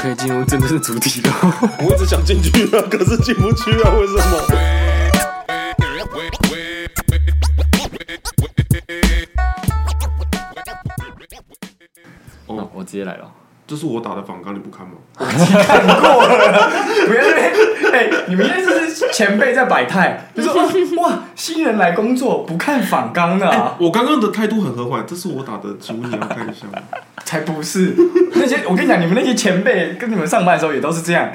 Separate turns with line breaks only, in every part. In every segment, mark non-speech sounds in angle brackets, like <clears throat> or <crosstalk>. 可以进入真正的主题了。
我一直想进去啊， <laughs> 可是进不去啊，为什么？
那我直接来了。
这是我打的反纲，你不看吗？
不要在那边哎，你们这是前辈在摆态，就说哇哇，新人来工作不看反纲的啊，
我刚刚的态度很和缓，这是我打的，请问你要看一下吗？
才不是。那些我跟你讲，你们那些前辈跟你们上班的时候也都是这样。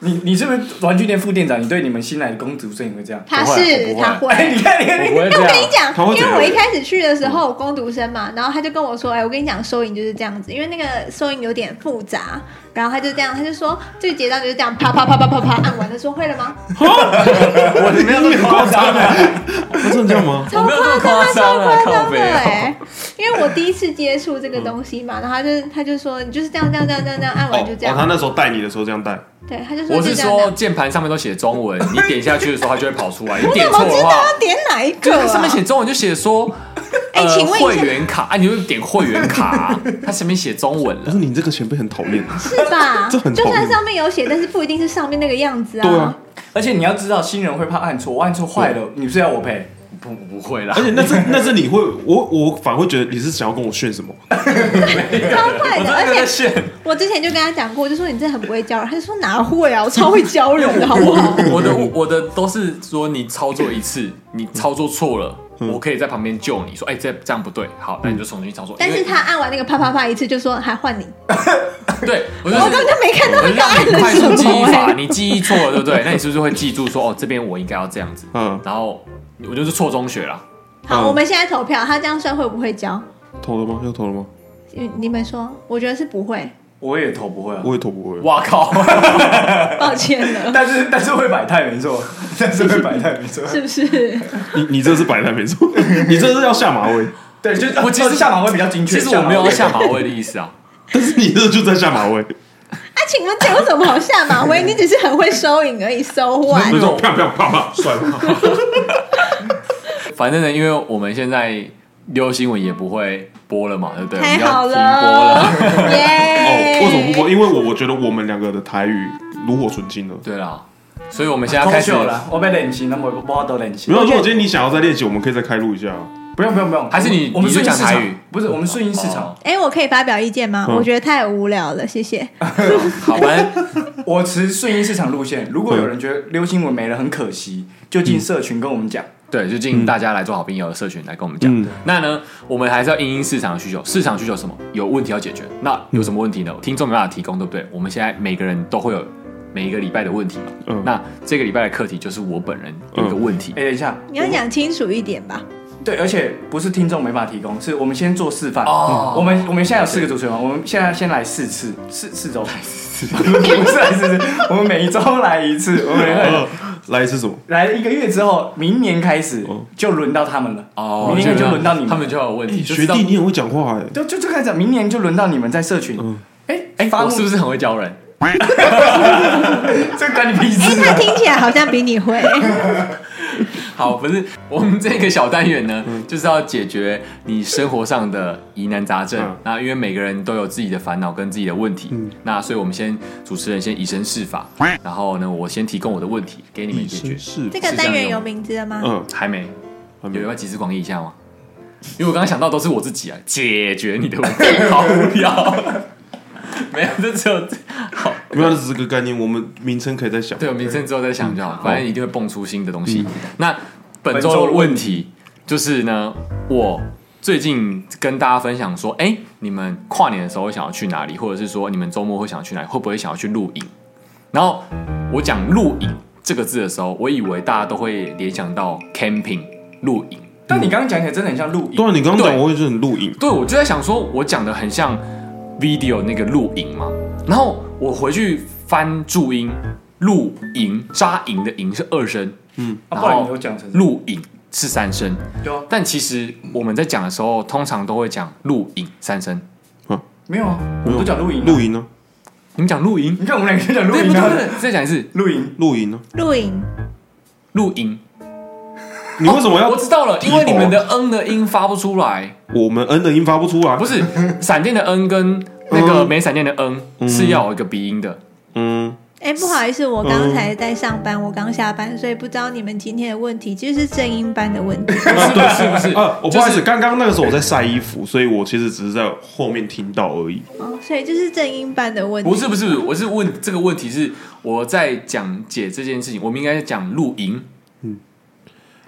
你你是不是玩具店副店长？你对你们新来的公主生也会这样？
他
不会啊
是
不会
他会。
哎，你看你看，你
我
看
不会
我
这
跟你
样，
讲
他会，怎
<laughs> 因
样
为我一开始去的时
嗯
候，工读生嘛，然后他就跟我说：“哎，我跟你讲，收银就是这样子，因为那个收银有点复杂。”然后他就这样，他就说：“这个结账就是这样，啪啪啪啪啪啪，按完了说会了吗
我没有那么夸张啊，
他真的这样吗？
我没有那么夸张啊，靠？”背
对
哦。，
哎因为我第一次接触这个东西嘛，然后他就他就说：“你就是这样这样这样这样这样，按
哦
完就
哦，
这样。
他那时候带你的时候这样带，
对，他就说：“
我
就是这样这
说
样。
键盘上面都写中
<laughs>
文，你点下去的时候它就会跑出来。你”点
怎
错
么
的
知道
话，
要点哪一
就
个
是它
啊？
上面写中文就写说，
哎
呃
请问一下
会员卡，啊，你就点会员卡啊，它上面写中文
可
了。
是你这个前辈很讨厌，
是吧？
这很
就
讨
算
厌
上面有写，但是不一定是上面那个样子
对啊，
而且你要知道，新人会怕按错，我按错坏了，你是要我赔。
不不会啦
而，且那是那是你会，我我反而会觉得你是想要跟我炫什么？
啊
超快
我
的，
真
而
的在
且
炫。
我之前就跟他讲过，就说你真的很不会教人，他就说哪会啊，我超会教人的，好
<laughs>
不好？
我的我的都是说你操作一次，你操作错了，
嗯
我可以在旁边救你，说哎这这样不对，好，那你就重新操作。
但
因
是
为
他按完那个啪啪啪一次，就说还换你，
对我就
我
是
根本就没看到
我
那个
让
按
你
了
快
什
速
么、
记忆法，
欸。
你记忆错了，对不对？那你是不是会记住说哦这边我应该要这样子？
嗯，
然后我就是错中学啦。
好，
嗯
我们现在投票，他这样算会不会教？
投了吗？要投了吗？
你你们说，我觉得是不
<laughs>
会，
我也投不会啊，
我也投不会。欸
哇靠！
抱歉了，
但是但是会摆态没错，但是会摆态没错。
是不啊是？
你你这是摆烂没错， <laughs> 你这是要下马威，
对，就是
我其实
下马威比较精确。
其实我没有要
下
下马威的意思啊，
但是你这就在下马威，
啊，请问这有什么好下马威？你只是很会收银而已，收完
那。种啪啪啪啪帅吗？
反正呢，因为我们现在六新闻也不会播了嘛，对不对？
太好
我们要停播了。
了，
哦，
<laughs> 耶！
为什么不播？因为我我觉得我们两个的台语炉火纯青了。
对啦，所以我们现在开始，
了，我被冷清，那么我都冷
没
清。
有，如果今天你想要再练习，我们可以再开录一下啊。
不用不用不用，
还是你
我们
你就
顺应
讲
市场
台语哦
不是我们顺应市场。
哎、我可以发表意见吗？
嗯
我觉得太无聊了，谢谢。
好，反正
我持顺应市场路线。如果有人觉得溜新闻没了很可惜，就进社群跟我们讲。
对，就进大家来做好朋友的社群来跟我们讲。
嗯
那呢，我们还是要因应市场的需求，市场需求是什么有问题要解决。那有什么问题呢？听众没办法提供，对不对？我们现在每个人都会有每一个礼拜的问题嘛。
嗯
那这个礼拜的课题就是我本人有一个问题。
哎，等一下，
你要讲清楚一点吧。
对，而且不是听众没办法提供，是我们先做示范。
哦
嗯我们我们现在有四个主持人嘛，我们现在先来四次，四四周， <laughs> 不是来四次，我们每一周来一次，我们每一周
哦
来一次
呃来一次什么？
来了一个月之后，明年开始就轮到他们了。
哦，
明年就轮到你们哎
他们就要有问题。
哎
就
学弟，
是到
你很会讲话哎。
就就就开始，明年就轮到你们在社群。哎哎，发
嗯我是不
是？
是很会教人？
<laughs> 这关你屁
哎、
事
他
啊！
听起来好像比你会。
<laughs> 好，不是我们这个小单元呢，
嗯
就是要解决你生活上的疑难杂症
嗯。
那因为每个人都有自己的烦恼跟自己的问题，
嗯
那所以我们先主持人先以身试法，然后呢，我先提供我的问题给你们
一
解决
生。是
这个单元有名字了吗？
嗯，
还没，
还没
有要集思广益一下吗？因为我刚刚想到都是我自己啊，解决你的问
<laughs>
题，好无聊。 <laughs> 没有，这只有好。
没有，这只是个概念，我们名称可以再想。
对，我名称之后再想就好，反正一定会蹦出新的东西。那本周的问题就是呢，我最近跟大家分享说，哎、你们跨年的时候会想要去哪里，或者是说你们周末会想要去哪里，会不会想要去露营？然后我讲露营这个字的时候，我以为大家都会联想到 camping 露营，
但你刚刚讲起来真的很像录
对
影，
啊，你刚刚讲
对
我也是很录影，
对，我就在想说，我讲的很像 video 那个录影嘛，然后我回去翻注音，露营扎营的营是二声，嗯，
啊不然你有讲成
露营是三声，
对啊，
但其实我们在讲的时候，通常都会讲露营三声。
没有啊，我们都讲录影，
录。影啊呢，
你们讲露营？
你看我们两个讲录
对不
影
对？
啊
不，对再讲一次，
录影。
录影啊呢，
录影
露营。
你为什么要
哦我？知道了，
低
因
头啊
为你们的 n 的音发不出来，
我们 N 的音发不出来，啊
不是闪电的 n 跟那个美闪电的 “n” 是要有一个鼻音的。
嗯，
哎，不好意思，我刚才在上
嗯
班，我刚下班，所以不知道你们今天的问题其实是正音班
<laughs>
的问题。
啊，对，是不是？
啊，
就
我不
是
好意思，刚刚那个时候我在晒衣服，所以我其实只是在后面听到而已。
哦，所以就是正音班的问题。
不是不是，我是问这个问题是我在讲解这件事情，我们应该是讲露营。嗯，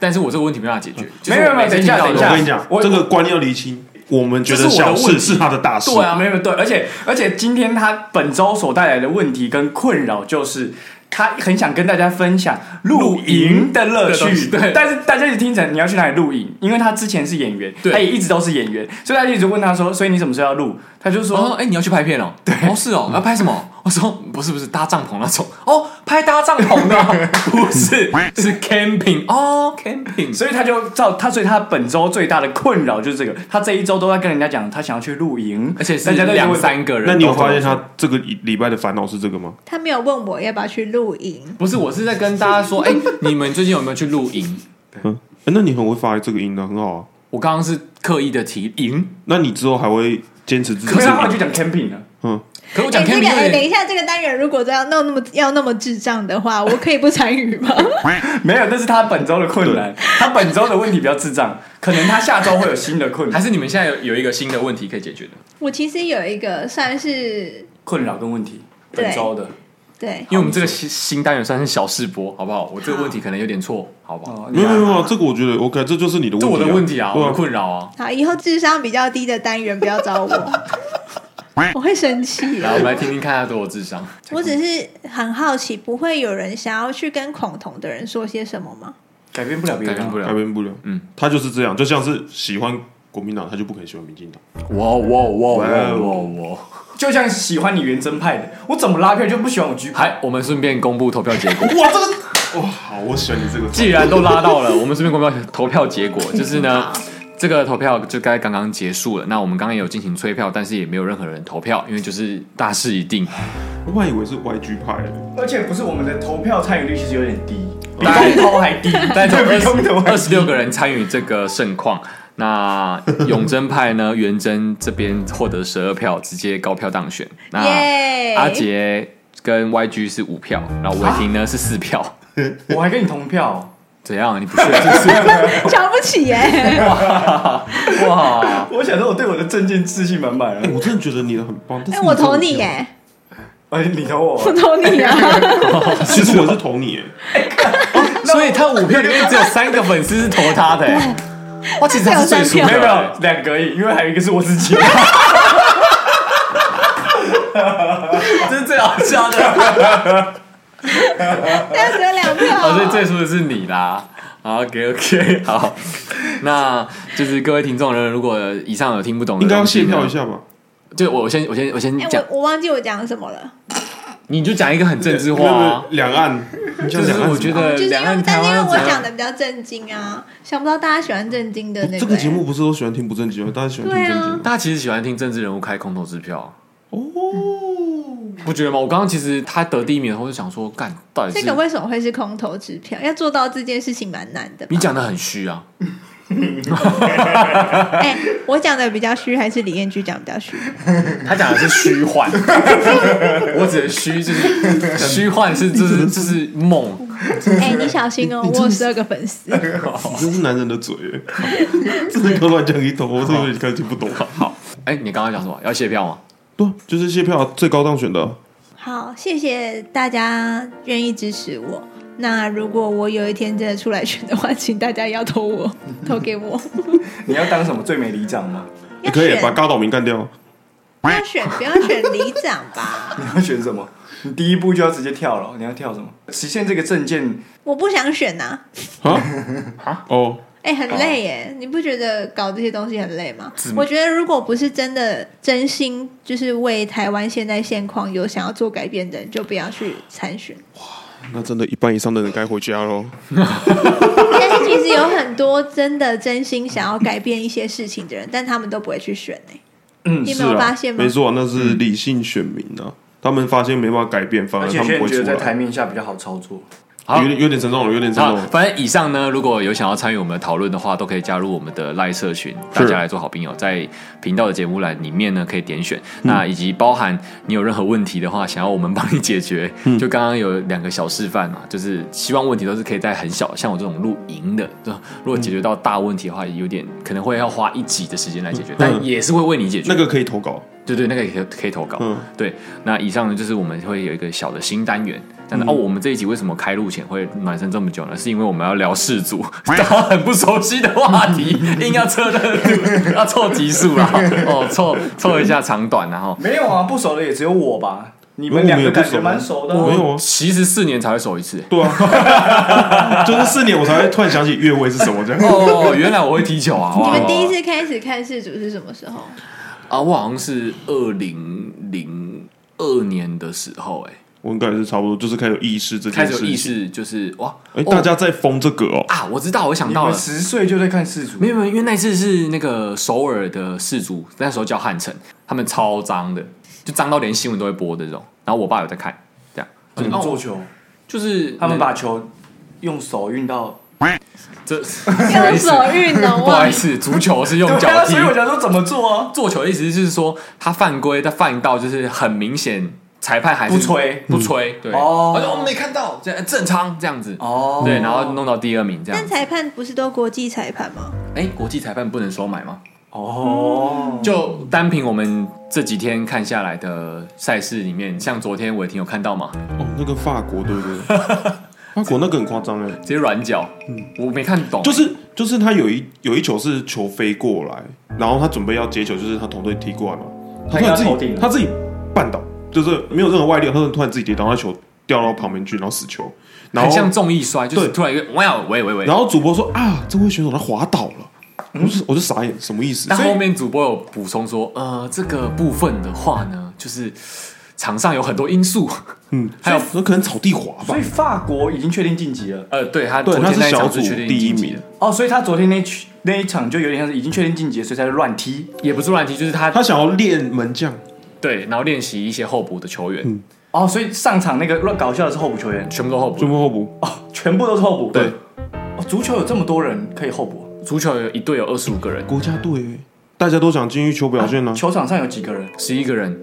但是我这个问题没办法解决。就是
没有
我
没有
每次
等一下
听到
等一下
的东西
我跟你讲，
我
这个观念要厘清。我们觉
这
得
是我的
小
问
事
题
是他的大事，
对啊
没有对，而且而且今天他本周所带来的问题跟困扰就是。他很想跟大家分享露营的乐
露营的东
趣，
西对
但是大家一直听成你要去哪里露营，因为他之前是演员，
对
他也一直都是演员，所以大家一直问他说，所以你什么时候要录？他就
我
说
说：“哎、你要去拍片哦？对，哦是哦，要拍什么？”我说：“不是不是，搭帐篷那种哦，拍搭帐篷的哦，
啊
不是是 camping 哦，camping。”
所以他就照他，所以他本周最大的困扰就是这个，他这一周都在跟人家讲他想要去露 <laughs> 营，
而且是
大家都
两三个人。
那你有发现？他这个礼拜的烦恼是这个吗？
他没有问我要不要去露营，
不是，我是在跟大家说，哎、你们最近有没有去露营？
嗯，欸那你很会发这个音的，很好啊。
我刚刚是刻意的提营，
那你之后还会坚持自己
可是他后来
的
就
音？
讲 camping 了，
嗯，
可我
哎、
讲
这
camping
个
有
哎、等
点
一下，这个单元如果都要闹那么要那么智障的话，我可以不参与
<laughs>
吗？
没有，那是他本周的困难，他本周的问题比较智障，可能他下周会有新的困
还
难、
是你们现在有有一个新的问题可以解决的？
我其实有一个算是
困扰跟问题。
对
本周的
对，
因为我们这个新新单元算是小试播，好不好？我这个问题可能有点错，好不好？
哦，
没有没有没有，这个我觉得 OK，这就是你的问
啊这我
题、啊，
的问题啊，
对
我的困扰啊。
好，以后智商比较低的单元不要
<laughs>
找我，我会生气
来，我
哦。
们来听听看他多有智商。
我只是很好奇，不会有人想要去跟恐同的人说些什么吗？
改变不了别
改
人
变
啊
不，
改
了。
变不了。
嗯
嗯，他就是这样，就像是喜欢国民党，他就不可以喜欢民进党。
哇哇哇哇哇哇！
就像喜欢你原真派的，我怎么拉票就不喜欢我居派？
还，我们顺便公布投票结果。
哇，这个哇，好，我喜欢你这个。
既然都拉到了，我们顺便公布投票结果，就是呢，这个投票就该刚刚结束了。那我们刚刚也有进行催票，但是也没有任何人投票，因为就是大势已定。
我本来以为是 YG 派，欸
而且不是我们的投票参与率其实有点 <laughs> 低，比
大概
公投还低，
但总
<laughs> 对比公投还
二
低
十六个人参与这个盛况。那永贞派呢？元贞这边获得十二票，直接高票当选。那
耶
阿杰跟 YG 是五票，然后伟霆呢是四票。
我还跟你同票，
怎样？你不是是不
<laughs> 瞧不起耶、
<laughs> 是哇？
<laughs> 我想说我对我的证件自信满满啊
哎、，我真的觉得你的很棒。但
哎、
是
我投你耶、
耶，
哎，你投我，
我投你
<laughs>
啊！
其实我是投你耶，
所以他五票里面只有三个粉丝是投他的、欸。哇，其实
<laughs>
他是最输
没
的
有没
欸
有。 <laughs> 两个而已，因为还有一个是我自己。
这是最好笑 <laughs> 的。
但只有两
哦，所以
票，啊
最输的是你啦。好，OK OK，好， <laughs> 那就是各位听众呢，如果以上有听不懂的，
应该要谢票一。下吧？
就我先我先我先
哎、
讲，
我我忘记我讲什么了。
你就讲一个很政治
没
化
有没
啊
有，两岸，你
就
讲
是
两岸
我
什
觉
么
得
哦就是因
两岸
为，
台
但是因为
湾
我
怎
讲
样？
的比较震惊啊，想不到大家喜欢震惊的那个、欸哎啊
这个节目不是都喜欢听不正经吗？大家喜欢听正经吗。
大家其实喜欢听政治人物开空头支票，
哦，
不觉得吗？我刚刚其实他得第一名的时候，我就想说，干到底
这
是
个为什么会是空头支票？要做到这件事情蛮难的吧。
你讲的很虚啊。
哎、我讲的比较虚，还是李彦居讲比
<laughs>
较虚？
他讲的是虚幻， <laughs> 我指的虚就是虚幻是就是就是梦，
哎、你小心哦，我有十二个粉丝。
你真是男人的嘴
<laughs>
耶，真的乱讲一通，我真的有点听不懂。好，
哎、你刚刚讲什么？要卸票吗？
对啊，就是谢票最高当选的。啊
好，谢谢大家愿意支持我。那如果我有一天真的出来选的话，请大家要投
<laughs>
我，投给我。
<laughs> 你要当什么最美里长吗？
你
要
可以把
选
高岛明干掉。
要选，不要选里长吧。
你要选什么？你第一步就要直接跳了，你要跳什么？实现这个证件，
我不想选呐、啊。
啊
哦，
哎、很累耶！你不觉得搞这些东西很累吗
自？
我觉得如果不是真的真心，就是为台湾现在现况有想要做改变的人，就不要去参选。
那真的，一半以上的人该回啊
<laughs>
家喽。
但是其实有很多真的真心想要改变一些事情的人，但他们都不会去选哎、
嗯
你
是
没有发
啊
现，吗？
没错啊，那是理性选民啊，他们发现没办法改变，反
而
而
且
他
现在
们不会
觉
出
得在
来。
台面下比较好操作。
好
有点有点沉重了，有点沉
好
重，了。
反正以上呢，如果有想要参与我们的讨论的话，都可以加入我们的赖社群，大家来做好朋友。在频道的节目栏里面呢，可以点选。那以及包含你有任何问题的话，想要我们帮你解决，就刚刚有两个小示范嘛，就是希望问题都是可以在很小，像我这种露营的，就如果解决到大问题的话，有点可能会要花一集的时间来解决，但也是会为你解决。
那个可以投稿，
对对，那个也可以可以投稿。
嗯
对，那以上呢就是我们会有一个小的新单元。但是、哦，我们这一集为什么开录前会暖身这么久呢？是因为我们要聊世足， <laughs> 大家很不熟悉的话 <laughs> 题，硬要凑热度，要凑集数 <laughs> 啦，哦，凑凑一下长短哦然后。
没有啊，不熟的也只有我吧。你
我
们
们
两个
也不
感
熟
觉
啊
蛮熟的
没
啊，
有啊，
其实四年才会守一 <laughs> 次。
对啊，
<laughs>
就是四年我才会突然想起越位是什么这样。
哦，原来我会踢球啊！
你
哇
们第一次开始看世足是什么时候？
啊，我好像是二零零二年的时候、哎，
我应该也是差不多，就是开始有意识这
开
件
始
事
有
情。
意识，就是哇，
哎，
哦
大家在疯这个哦，
啊，我知道，我想
你
到
们
了，
十岁就在看世足
没，有没有，因为那次是那个首尔的氏族，那时候叫汉城，他们超脏的，就脏到连新闻都会播的这种。然后我爸有在看，这样
怎么
哦
做球？
就是
嗯他们
那
把球用手运到， <laughs>
这
用手运动，啊
不好
哇
意！思，足球是用
对
脚
啊，
踢
所以，我想说怎么做啊？
做球的意思就是说他犯规，他犯到就是很明显，裁判还是
不吹
不吹，对，
哦
他说我们没看到，这样正常这样子，
哦
对，然后弄到第二名这样
但
子。
裁判不是都国际裁判吗？
哎，国际裁判不能收买吗？
哦，
就单凭我们这几天看下来的赛事里面，像昨天伟霆有看到吗？
哦，那个法国对不
<laughs>
对？法国那个很夸张哎，
直接软脚，我没看懂，
嗯就是就是他有一有一球是球飞过来，然后他准备要接球，就是他同队踢过来嘛，他突然自
他应该头顶
己
了
他自己绊倒，就是没有任何外力，他突然自己跌倒，他球掉到旁边去，然后死球，然
很
后
像重一摔，就是
对
突然一个哇，喂喂喂，
然后主播说啊，这位选手他滑倒了，我就我就傻眼，什么意思？
但
所以
后面主播有补充说，呃，这个部分的话呢，就是场上有很多因素， <laughs>
嗯，
还有
有可能草地滑吧
所以，法国已经确定晋级了。
呃，对他
对
昨天那一场是
他是小组
确定
第一
晋级
名
的，
哦，所以他昨天那区那一场就有点像是已经确定晋级了，所以才乱踢。
也不是乱踢，就是他
他想要练门将，
对，然后练习一些候补的球员，
嗯
哦，所以上场那个乱搞笑的是候补球员，
全部都候补
中，锋后补，
哦，全部都是候补。
对，
哦，足球有这么多人可以候补，
足球有一队有二十五个人，
国家队欸，大家都想进去求表现呢。
球场上有几个人？
十一个人，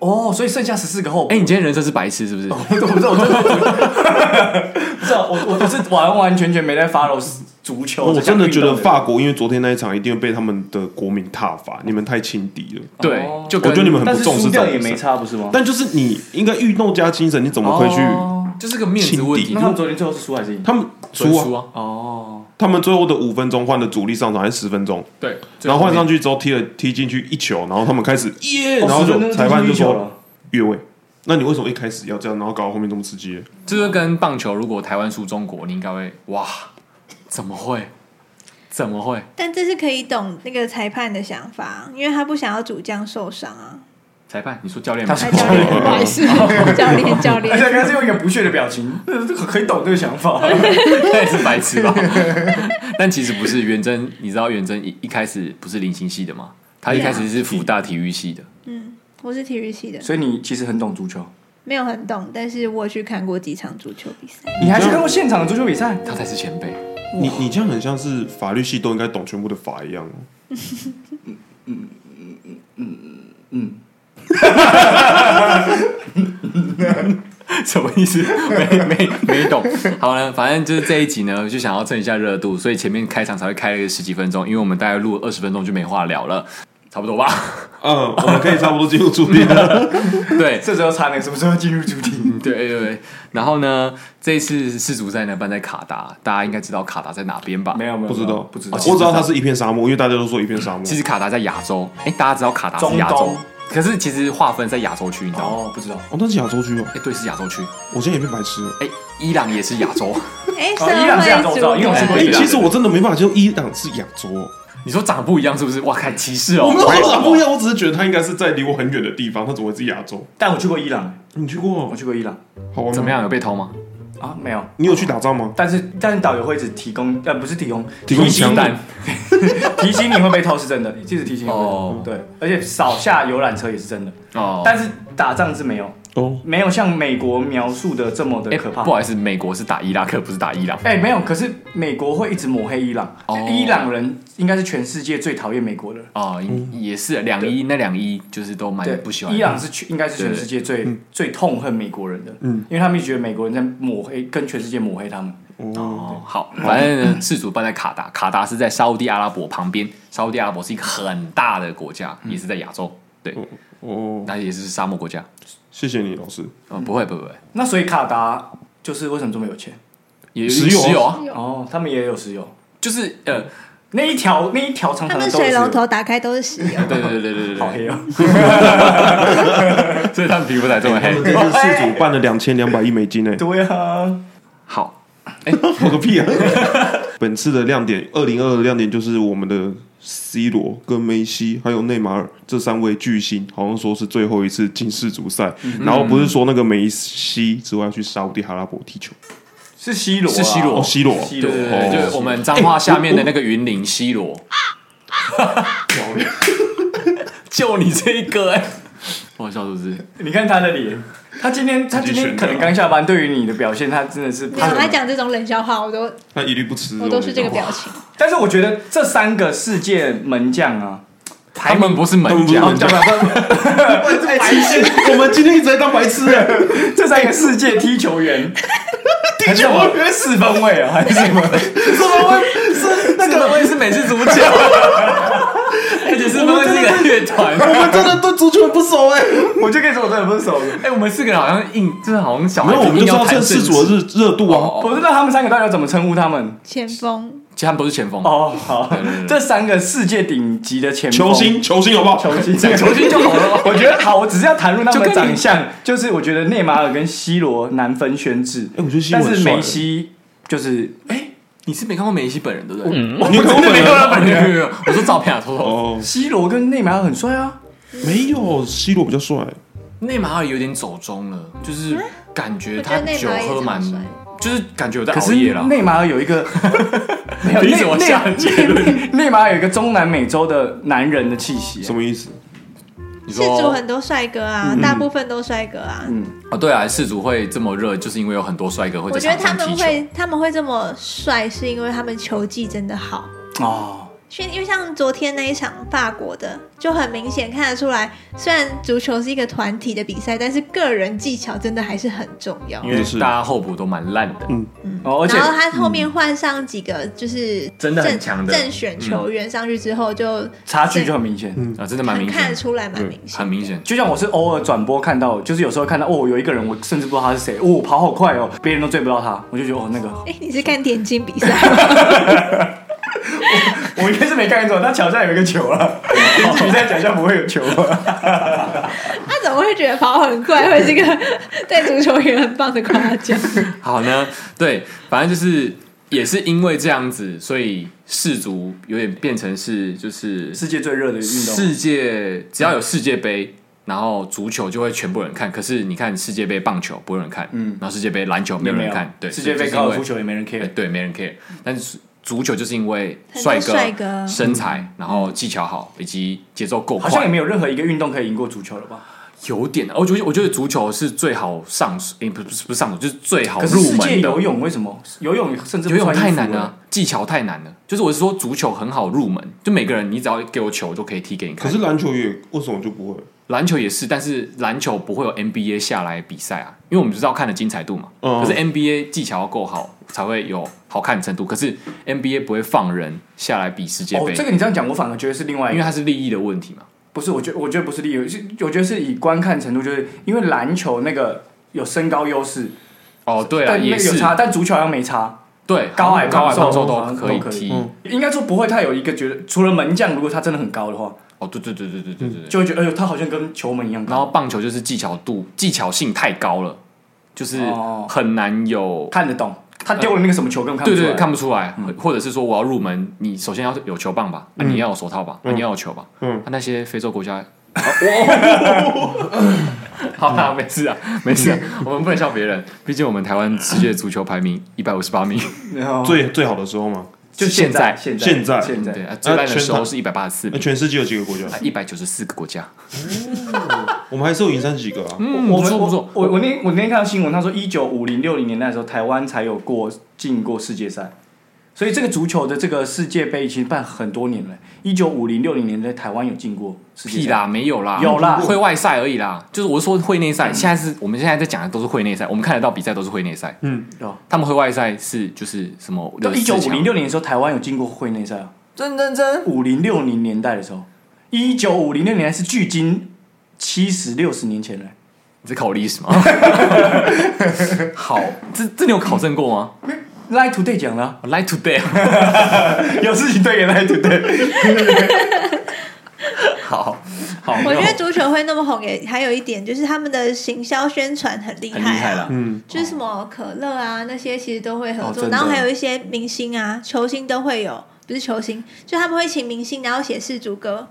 哦，所以剩下十四个候补。
哎，你今天人生是白痴是不是？
哦哎
我我不知道，我真的 <laughs> 不知道，我我我是完完全全没在 follow 足球。
哦我
这项
真的觉得
运动
法国因为昨天那一场一定会被他们的国民挞伐，你们太轻敌了。
对
哦，
就
我觉得你们很
但
不
是
重视
输
这
掉
种
也
比
没
赛
差，不是吗？
但就是你应该运动加精神，你怎么会去？
哦
就是个面子问题
轻
那
敌，
他们昨天最后是输还是赢？
他们
所以
输
输
啊！
啊，
哦，
他们最后的五分钟换的主力上场还是十分钟，
对，
然后换上
去
去之后踢了踢进去一球，然后他们开始耶，然后
哦十分钟
就裁判就
进球
说 <laughs>
了，
越位。那你为什么一开始要这样，然后搞到后面这么刺激？
就是跟棒球，如果台湾输中国，你应该会哇，怎么会？怎么会？
但这是可以懂那个裁判的想法，因为他不想要主将受伤啊。
裁判，你说教练吗？
哎，教
<laughs>
练，不好意思，教练，教
而 <laughs> 且
练，
哎刚刚是用一个不屑的表情， <laughs> 这这可以懂这个想
<laughs>
法。
他也是白痴吧？ <laughs> 但其实不是，元真，你知道元真一一开始不是林星系的吗？他一开始是辅大体育系的，
我是体育系的，
所以你其实很懂足球，
没有很懂，但是我有去看过几场足球比赛。
你还去看过现场的足球比赛？
他才是前辈。 <laughs>
你你这样很像是法律系都应该懂全部的法一样哦。
什么意思？没没没懂。好了，反正就是这一集呢，就想要蹭一下热度，所以前面开场才会开了个十几分钟，因为我们大概录了二十分钟就没话聊了，差不多吧？
嗯，我们可以差不多进入主题了。
对，
这时候差点什么时候进入主题？
<laughs> 对对对，然后呢，这一次世足赛呢办在卡达，大家应该知道卡达在哪边吧？
<laughs> 没有没有，
<laughs> 不知道，哦
不知道
我。只知道它是一片沙漠，因为大家都说一片沙漠
其。实卡达在亚洲，哎，大家知道卡达是亚
中
洲
东，
可是其实划分在亚洲区，你知道吗？
哦，不知道。
哦，那是亚洲区哦。
哎、对，是亚洲区。
我现在也变白痴了。
哎，伊朗也是亚
<laughs>
洲。
哎，社
哦伊朗是亚洲
会
我知
主
道因为我是
对
哎、
伊朗
其实我真的没办法接受伊朗是亚洲哦。
你说长得不一样是不是？哇，看歧视哦！
我没有说长不一样，我只是觉得它应该是在离我很远的地方，它怎么会是亚洲？
但我去过伊朗，
你去过
我？去过伊朗
好玩吗
怎么？样？有被偷吗？
啊，没有。
你有去打仗吗？
但是但是导游会一直提供，呃，不是提供，
提供
醒
枪
鸡
你
蛋
提醒你会被偷是真的，一直提醒你会被偷。
哦
对，而且扫下游览车也是真的，
哦，
但是打仗是没有。
哦，
没有像美国描述的这么的
哎，
可怕。
不好意思，美国是打伊拉克，不是打伊朗。
哎、没有，可是美国会一直抹黑伊朗，
哦
伊朗人应该是全世界最讨厌美国的人。
哦，也是两一那两一就是都
嗯
蛮
对，
不喜欢的。
伊朗是全应该是全世界最最痛恨美国人的，嗯，因为他们一直觉得美国人在抹黑，跟全世界抹黑他们。
哦，好，反正呢，世足办在卡达，卡达是在沙烏地阿拉伯旁边，沙烏地阿拉伯是一个很大的国家，也是在亚洲，对，
哦，
那也是沙漠国家。
谢谢你老 <laughs> 师。
哦，不会不会不会，
那所以卡达就是为什么这么有钱？
也
石油啊
石油啊，
哦，他们也有石油，
就是呃，
那一条那一条长长的
他们
都有
水
石
龙
油，
头打开都是石油。
对对对对 <laughs> 对
好黑
对
哦。
对，所以他们皮肤才这么 <laughs>
他
黑
们。这次事主办了两千两百亿美金呢，
对啊，
好，
<laughs> 我个屁啊！ <laughs> 本次的亮点，二零二的亮点就是我们的 C 罗、跟梅西还有内马尔这三位巨星，好像说是最后一次进世足赛，然后不是说那个梅西之外要去沙烏地阿拉伯踢球，
是 C 罗啊，
是 C 罗
哦，C 罗
，C
对
罗，
对对，
哦
就是我们彰化下面的那个云林西 <laughs> 罗，就你这一个哎，我笑是不是？
你看他的脸，他今天他今天可能刚下班，对于你的表现，他真的是
没有他讲这种冷笑话，我都
他一律不吃肉。
我都是这个表情。
但是我觉得这三个世界门将啊，
他
排
们
名
不是门
他
将
们，
叫什么？
哎白痴！我们今天一直在当白痴哎，
<laughs> 这三个世界踢球员，踢球员四分卫啊，还是什么？
怎么会是那个会是美式足 <laughs> 球？而且是不是这个乐
我
团？
们真的对足球不熟哎。
我就跟你说，我真的不熟。
哎，我们四个人好像硬，就是好像小
没
孩
有，我
子
们
硬
就是
要
要
谈
趁
政
世
治哦
足的热热度啊。
我不知道他们三个到底要怎么称呼他们。
前锋
其实他们不是前锋，
哦，好， <laughs> 这三个世界顶级的前锋
球
<laughs>
星，哦球星好不好？
球星，
讲球星就好了。
我觉得好，我只是要谈论他们的
就跟你
长相，就是我觉得内马尔跟 C 罗难分轩轾，
哎，我觉得 C 罗
但
很
是
帅
梅，西就是
哎，你是没看过梅西本人对不对？
嗯我你有看过
没
本
有
人
了，
吗
本人没有没有，我说照片啊，偷偷。
<laughs> 哦，
C 罗跟内马尔很帅啊，
没有，C 罗比较帅。
内马尔有点走中了，就是感觉他
我觉得内
酒
马尔也
喝蛮
长得帅，
嗯
就是感觉有在
可
熬
是
夜了。
内马尔有一个没有
凭什么下
内
结
内内内马尔有一个中南美洲的男人的气息
什
啊，
么意思？
你
世足
说
很多帅哥啊，大部分都帅哥啊。
哦，对啊，世足会这么热，就是因为有很多帅哥会
我
在
觉得
场
他
上踢
们
球。
会他们会这么帅，是因为他们球技真的好。
哦，
所以因为像昨天那一场法国的，就很明显看得出来，虽然足球是一个团体的比赛，但是个人技巧真的还是很重要
因。为
是
大家后补都蛮烂的，
哦而且
然后他后面换上几个就是
嗯真的很
正
强的嗯
正选球员上去之后，就
差距就很明显。
嗯
啊，真的蛮
很
明
看
显，
得出来，蛮明显
很。明显。
就像我是偶尔转播看到，就是有时候看到哦，有一个人我甚至不知道他是谁，哦，跑好快哦，别人都追不到他，我就觉得哦，那个
哎，你是看田径比赛？
<laughs>
<laughs>
我应该是没看错，但桥下有一个球 <laughs> 了，比赛脚下不会有球啊。
他怎么会觉得跑很快会是一个 <laughs> 对足球员很棒的夸奖？
好呢，对，反正就是也是因为这样子，所以世足有点变成是就
<laughs>
是
世界最热的运动，
世界只要有世界杯，然后足球就会全部有人看。可是你看世界杯棒球不会有人看，嗯，然后世界杯篮球没有人看，对，
世界杯
所以就是
高尔
因为
夫球也没人 care
哎。对，没人 care。但是足球就是因为
很多
帅哥、
帅哥
身材，然后技巧好，以及节奏够
嗯好像也
快，
没有任何一个运动可以赢过足球了吧？
有点。我觉得我觉得足球是最好上手，诶，不是不是不是上手，就是最好
可是
入
世界
门
游
的。
泳为什么游泳甚至
游
不
泳
穿衣服啊
太难了、？啊技巧太难了。就是我是说，足球很好入门，就每个人你只要给我球，我就可以踢给你
可
看
是。篮球也为什么就不会？
篮球也是，但是篮球不会有 NBA 下来比赛啊，因为我们就是要看的精彩度嘛。
嗯
可是 NBA 技巧要够好，才会有好看的程度。可是 NBA 不会放人下来比世界
哦
杯，，
这个你这样讲，我反而觉得是另外一
因
个
为，它是利益的问题嘛。
不是，我觉我觉得不是利益，是我觉得是以观看程度，就是因为篮球那个有身高优势，
哦，对啊，
但那
也
个有
是
差，但足球好像没差，
对
高矮
高矮
胖瘦
胖瘦
都
都可以
可以
踢。
嗯
应该说不会太有一个觉得，除了门将，如果他真的很高的话，
哦，对对对对对对
嗯
对对。
就会觉得哎呦，他好像跟球门一样
然后
高，
棒球就是技巧度、技巧性太高了，就是
哦
很难有。
看得懂，他丢了那个什么球根本看
对
不出来。嗯
对，看不出来，或者是说我要入门，你首先要有球棒吧，啊你要有手套吧，啊你要有球吧，
嗯
啊那些非洲
<laughs>
国家，哦好
嗯
啦，没事啊，
<laughs>
没事啊，我们不能笑别人，毕竟我们台湾世界足球排名一百五十
<laughs>
八名，
然后
最最好的时候嘛，
就现
现
在，
在
现在，
现在
现在，
对，啊最烂的
全
时候
台
是一百八十四
那
名，
全世界有几个国家？
一百九十四个国家，
我们还是有赢三几个啊。
嗯，
我
不
们
错不错。
我我那天我那天看到新闻，他说一九五零六零年代的时候，台湾才有过进过世界赛，所以这个足球的这个世界杯已经办很多年了。一九五零六零年代台湾有进过世界
屁
赛，
啦，没有啦，
有啦
会外赛而已啦。就是我说会内赛，现在是我们现在在讲的都是会内赛，我们看得到比赛都是会内赛。
嗯，
有。
他们会外赛是就是什么？
到一九五零六
六，
年的时候，台湾有进过会内赛啊。
真真真，
五零六零年代的时候，一九五零六年代是距今七十六十年前了。
你在考历史吗？ <laughs> 好，这这你有考证过吗
Lie Today 讲了啊、
？Lie today， <laughs>
有事情对给 Lie Today。
好好，
我
没有
觉得足球会那么红也，还有一点就是他们的行销宣传很厉害、
很
啊，
厉害啦。
嗯，
就是什么可乐啊那些，其实都会合
哦
作，
真的
然后还有一些明星啊、球星都会有，不是球星，就他们会请明星，然后写世足歌。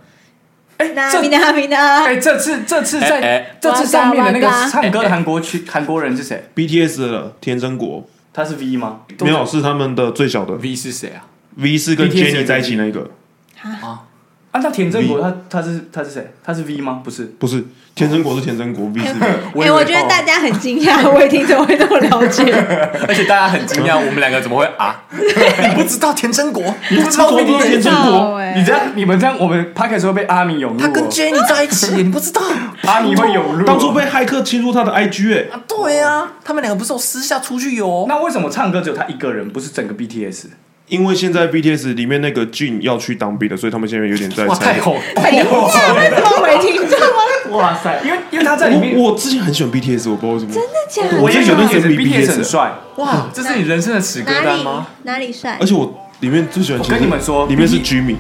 哎、
那米
这
娜米娜，
哎、这次这次在、
哎哎
这次上面的那个
哇嘎哇嘎
唱歌的韩国区韩国人是谁？
BTS 的田真国
他是 V 吗？
没有，是他们的最小的
V 是谁啊？
V 是跟
BTS
Jennie 在一起那个，
啊，那田正国他他是他是谁？他是 V 吗？不是，
不是田真国是田 <laughs> 真国，V 是 V。
哎、我
哦
觉得大家很惊讶，我也听怎么会那么
<laughs>
了解？
而且大家很惊讶，我们两个怎么会啊？ <laughs> 你不知道田真国， <laughs> 你不知道
我不
V
知
田真
道
国，
哎
你这样你们这样，我们 p o d c a s 会被阿米涌入、哦，
他跟 Jenny 在一起，你不知道？
阿米会涌入、哦。
当初被骇客侵入他的 IG 哎、
啊，对啊，他们两个不是有私下出去游？
那为什么唱歌只有他一个人，不是整个 BTS？
因为现在 BTS 里面那个 Jin 要去当兵了，所以他们现在有点在
哇，
猜
太。红！
哎呀，为什么没听啊到？
哇塞，因为因为他在里面，
我我之前很喜欢 BTS，我不知道为什么，
真的假
我也
的？
觉得
觉得
是 BTS
BTS 很帅。
哇，这是你人生的耻歌
哪
单
里
吗？
哪里帅
而？且我里面最喜欢其实。
我跟你们说
里面是
BT
Jimmy，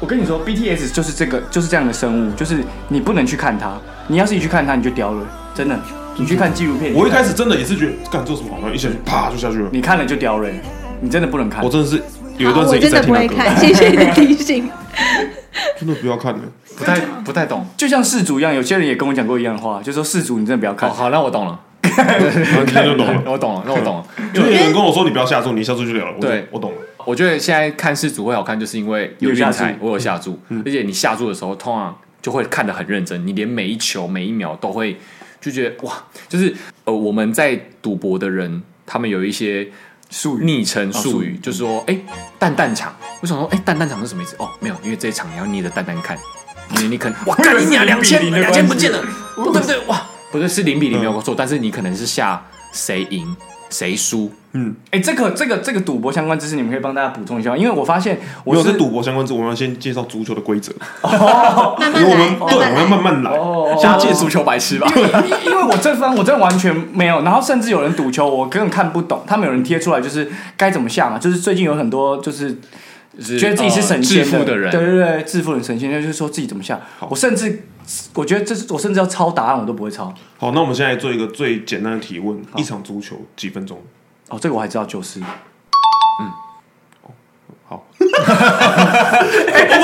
我跟你说，BTS 就是这个，就是这样的生物，就是你不能去看它，你要是一去看它，你就屌了，真的。你去看纪录片，
我一
你看
开始真的也是觉得干做什么好像一下去啪就下去了，
你看了就屌了，你真的不能看
我。真的是有一
好
段时
啊
间
我
一直
真
在
的
听
不
那
会
歌，
看，谢谢你的
<laughs>
提醒。
真的不要看了。
不太不太懂。
就像世祖一样，有些人也跟我讲过一样的话，就说世祖你真的不要
哦，
看。
好，那我懂
<laughs>
了，
然后你就懂了。
我懂 <laughs> 了，那我懂了。
就有人跟我说你不要下注，你一下注就了了。我
对
我懂了。
我觉得现在看世足会好看，就是因为有运
有下注，
彩
嗯
我有下注，而且你下注的时候，通常就会看得很认真，你连每一球每一秒都会就觉得哇，就是呃，我们在赌博的人，他们有一些
术语，
昵称
哦术
术
语
语，就说哎、蛋蛋场，我想说哎、蛋蛋场是什么意思？哦，没有，因为这一场你要捏着蛋蛋看，你
<laughs>
你可能哇，干你俩两
我以
千
为是零比零的
两
关
千
系嗯
不见了，不对不对，哇，不对是零比零没有错，但是你可能是下谁赢谁输，
嗯，
哎，这个这个这个赌博相关知识，你们可以帮大家补充一下，因为我发现
我
我
有在
是
赌博相关之，我们要先介绍足球的规则。
慢慢
因为我
来，
们对，我
慢
们要
慢来。
慢慢来。
哦
下届足球
<laughs>
白痴吧。
因为我这方我真的完全没有，然后甚至有人赌球，我根本看不懂。他们有人贴出来就是该怎么下嘛，就是最近有很多就是
就是
觉得自己是神仙
呃致富的人，
对对对，致富的神仙，就是说自己怎么下。我甚至我觉得这是我甚至要抄答案我都不会抄。
好，那我们现在做一个最简单的提问：一场足球几分钟？
哦，这个我还知道，九十。
好，不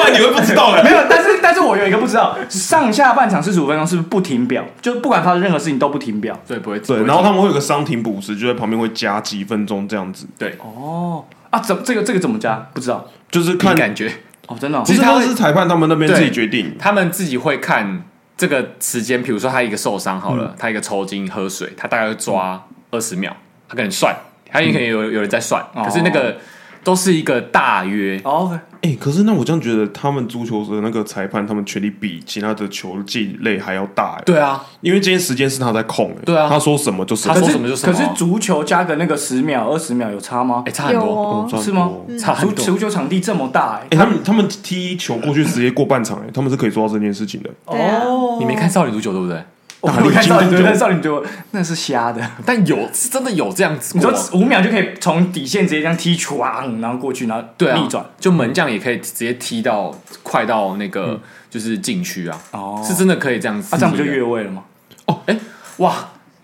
然你会不知道的。
没有，但是但是我有一个不知道，上下半场四十五分钟是不是不停表？就是不管发生任何事情都不停表。
对不会
对，然后他们会有个伤停补时，就在旁边会加几分钟这样子，
对
哦啊，怎这个这个怎么加？不知道
就是
凭
看
感觉，
哦，真的、哦
不。是
其实他
他
会
是裁判他们那边
对
自己决定。
他们自己会看这个时间，比如说他一个受伤好
嗯
了，他一个抽筋喝水，他大概会抓二十秒，他可能算，他也可能有有人在算，
哦
可是那个都是一个大约。
哦，OK，
哎、可是那我这样觉得，他们足球的那个裁判，他们权力比其他的球技类还要大、欸。，
对啊，
因为今天时间是他在控、欸，
对啊
他说什么就是
他说
可
什
是
么就什么哦
可是足球加个那个十秒、二十秒有差吗
哎，？差很
有
多，
哦
差不多
是吗？
嗯
差很
足
多。
足球场地这么大、哎
哎、他们他们踢球过去直接过半场、欸，哎，他们是可以做到这件事情的。
对啊
哦
你没看少女足球对不对？
我
打力
没看少
金
林队，
针灸
但少林队我那是瞎的。
但有是真的有这样子
你
过
说。五秒就可以从底线直接这样踢球啊，然后过去，然后
对啊，
逆转。
就门将也可以直接踢到快到那个就是禁区啊，
嗯哦
是真的可以这样子踢
啊，
的。
这样不就越位了吗？
哎哇，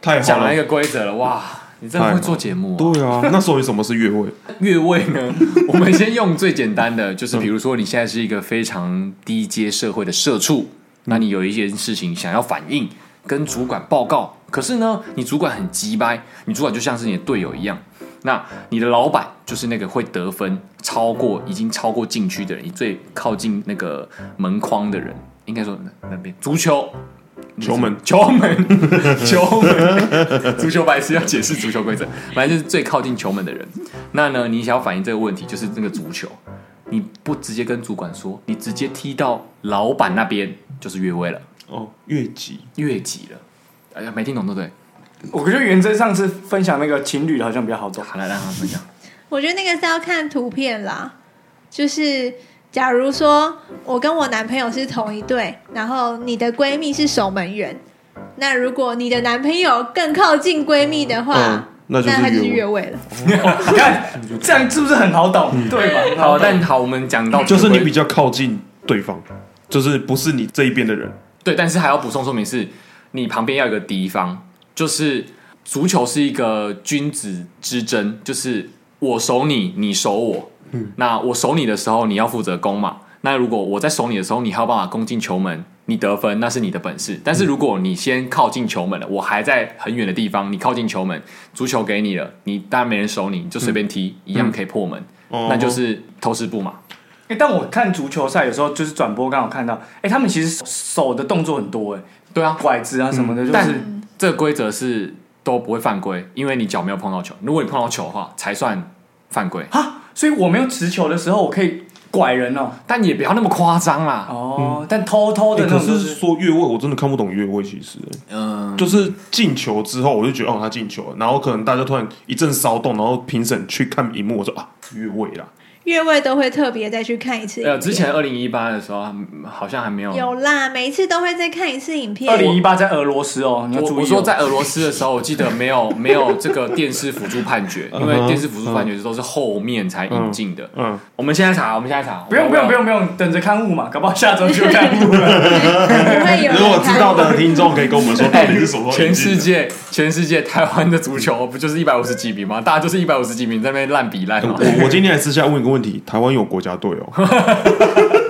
太好
讲了一
了，
个规则了哇！你真的会做节目、啊？
对啊，那时候有什么是越位？ <laughs>
越位呢？我们先用最简单的，就是比如说你现在是一个非常低阶社会的社畜，那你有一件事情想要反映，跟主管报告，可是呢，你主管很鸡掰，你主管就像是你的队友一样。那你的老板就是那个会得分超过已经超过禁区的人，你最靠近那个门框的人，应该说那那边足球
球门
球门，球
<laughs>
门，足球白痴要解释足球规则，反正就是最靠近球门的人。那呢，你想要反映这个问题，就是那个足球，你不直接跟主管说，你直接踢到老板那边，就是越位了，
哦，越级
越级了。哎呀，没听懂对不对？
我觉得元真上次分享那个情侣的好像比较好懂。
好，来让他分享。
我觉得那个是要看图片啦，就是假如说我跟我男朋友是同一队，然后你的闺蜜是守门员，那如果你的男朋友更靠近闺蜜的话，
嗯那就是
他就是
越位
越位了。
哦你看
<laughs>
这样是不是很好懂？
嗯
对吧？
好，但好，我们讲到
就是
球
你
规
比较靠近对方，就是不是你这一边的人。
对，但是还要补充说明是，你旁边要有一个敌方，就是足球是一个君子之争，就是我守你，你守我。嗯，那我守你的时候，你要负责攻嘛。那如果我在守你的时候，你还有办法攻进球门，你得分，那是你的本事。但是如果你先靠近球门了，我还在很远的地方，你靠近球门，足球给你了，你当然没人守你，你就随便踢，一样可以破门，
哦
那就是偷师步嘛。
哎、但我看足球赛有时候就是转播，刚好看到，哎、他们其实手的动作很多、哎，
对啊，
拐子啊什么的，就
但
是
这个规则是都不会犯规，因为你脚没有碰到球。如果你碰到球的话，才算犯规，
哈，啊所以我没有持球的时候，我可以拐人哦，
但也不要那么夸张啦。
哦，但偷偷的
欸
哎
那
可
种、就是
说越位，我真的看不懂越位。其实
嗯，
就是进球之后，我就觉得哦，他进球了，然后可能大家突然一阵骚动，然后评审去看荧幕，我说啊，越位啦。
越位都会特别再去看一次影片。
呃，之前二零一八的时候嗯好像还没有。
有啦，每一次都会再看一次影片。
二零一八在俄罗斯哦，你要
我
注意、哦。
我说在俄罗斯的时候，我记得没有没有这个电视辅助判决，因为电视辅助判决都是后面才引进的。
嗯，
我们现在查，我们现在查，
不用不用不用不用，等着刊物嘛，搞不好下周就刊
<laughs>
物了。
不会哎
<laughs>
有人
如果知道
看
的听众可以跟我们说，到底是什么时候
全
引
世
进的？
界，全世界台湾的足球不就是一百五十几名吗？大家就是一百五十几名在那边烂比烂吗？
我我今天还私下问一个问题：台湾有国家队 <laughs> 哦？
<laughs>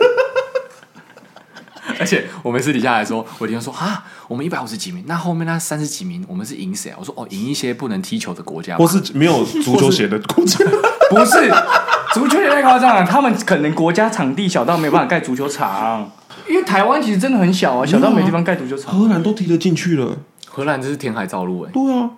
而且我们私底下来说，我听说啊，我们一百五十几名，那后面那三十几名，我们是赢谁啊？我说哦，赢一些不能踢球的国家吧
或。是没有足球鞋的国家？
不是， <laughs> 足球也太夸张了，他们可能国家场地小到没办法盖足球场，因为台湾其实真的很小啊，小到没地方盖足球场。
荷兰都踢得进去了，
荷兰真是填海造陆哎、
对啊，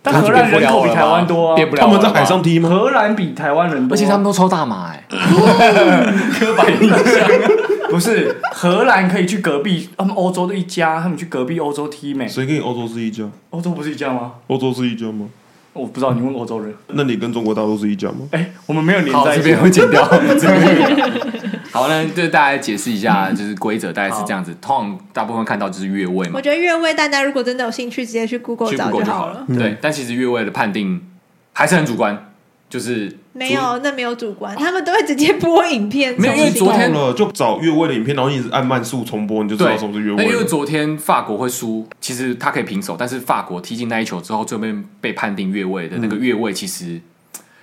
但荷兰人口比台湾多啊，
变不了
他
我了吧
们在海上，踢吗？
荷兰比台湾人多啊，
而且他们都抽大麻
嗯
哎、
刻板印象。 <laughs> 不是，荷兰可以去隔壁，他们欧洲的一家，他们去隔壁欧洲踢美。
谁跟你欧洲是一家？
欧洲不是一家吗？
欧洲是一家吗？
我不知道，你问欧洲人。
那你跟中国大陆是一家吗？
哎、我们没有连
好，
在
这
一起
边。会剪
<laughs>
掉。这边会剪掉好，那就大家解释一下，就是规则大概是这样子。通常大部分看到就是越位嘛
我，觉得越位，大家如果真的有兴趣，直接去 Google
去
找
Google 就
好
好
嗯
了。。对，但其实越位的判定还是很主观，就是
没有，那没有主观，他们都会直接播影片。
没有因为昨天
到了就找越位的影片，然后一直按慢速重播，你就知
对，
道什么是越
那因为
位。
昨天法国会输，其实他可以平手，但是法国踢进那一球之后，最后面被判定越位的
嗯
那个越位，其实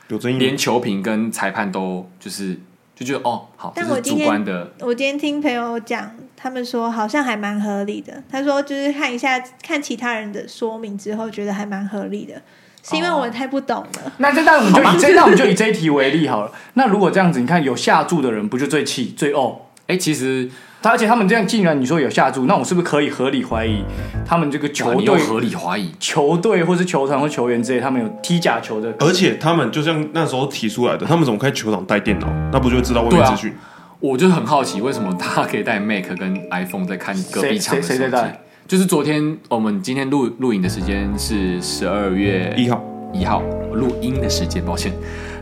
有争议
连
吗，
球评跟裁判都就是就觉得哦，好，这
但我
是主
今天
观的。
我今天听朋友讲，他们说好像还蛮合理的。他说就是看一下看其他人的说明之后，觉得还蛮合理的，是因为我太不懂了。
那这那我们就以这那我们就以这一题为例好了。那如果这样子，你看有下注的人不就最气最哦怄？
哎、其实
他而且他们这样，既然你说有下注，那我是不是可以合理怀疑他们这个
哇
球
你又
队、
合理怀疑，
球队或是球团或球员之类，他们有踢假球的？
而且他们就像那时候提出来的，他们怎么开球场带电脑？那不就会知道外面
对啊
资讯？
我就很好奇为什么他可以带 Mac 跟 iPhone 在看隔壁场的手
谁谁谁在
机
带。
就是昨天我们今天录录影的时间是十二月
一号
一号录音的时间，抱歉。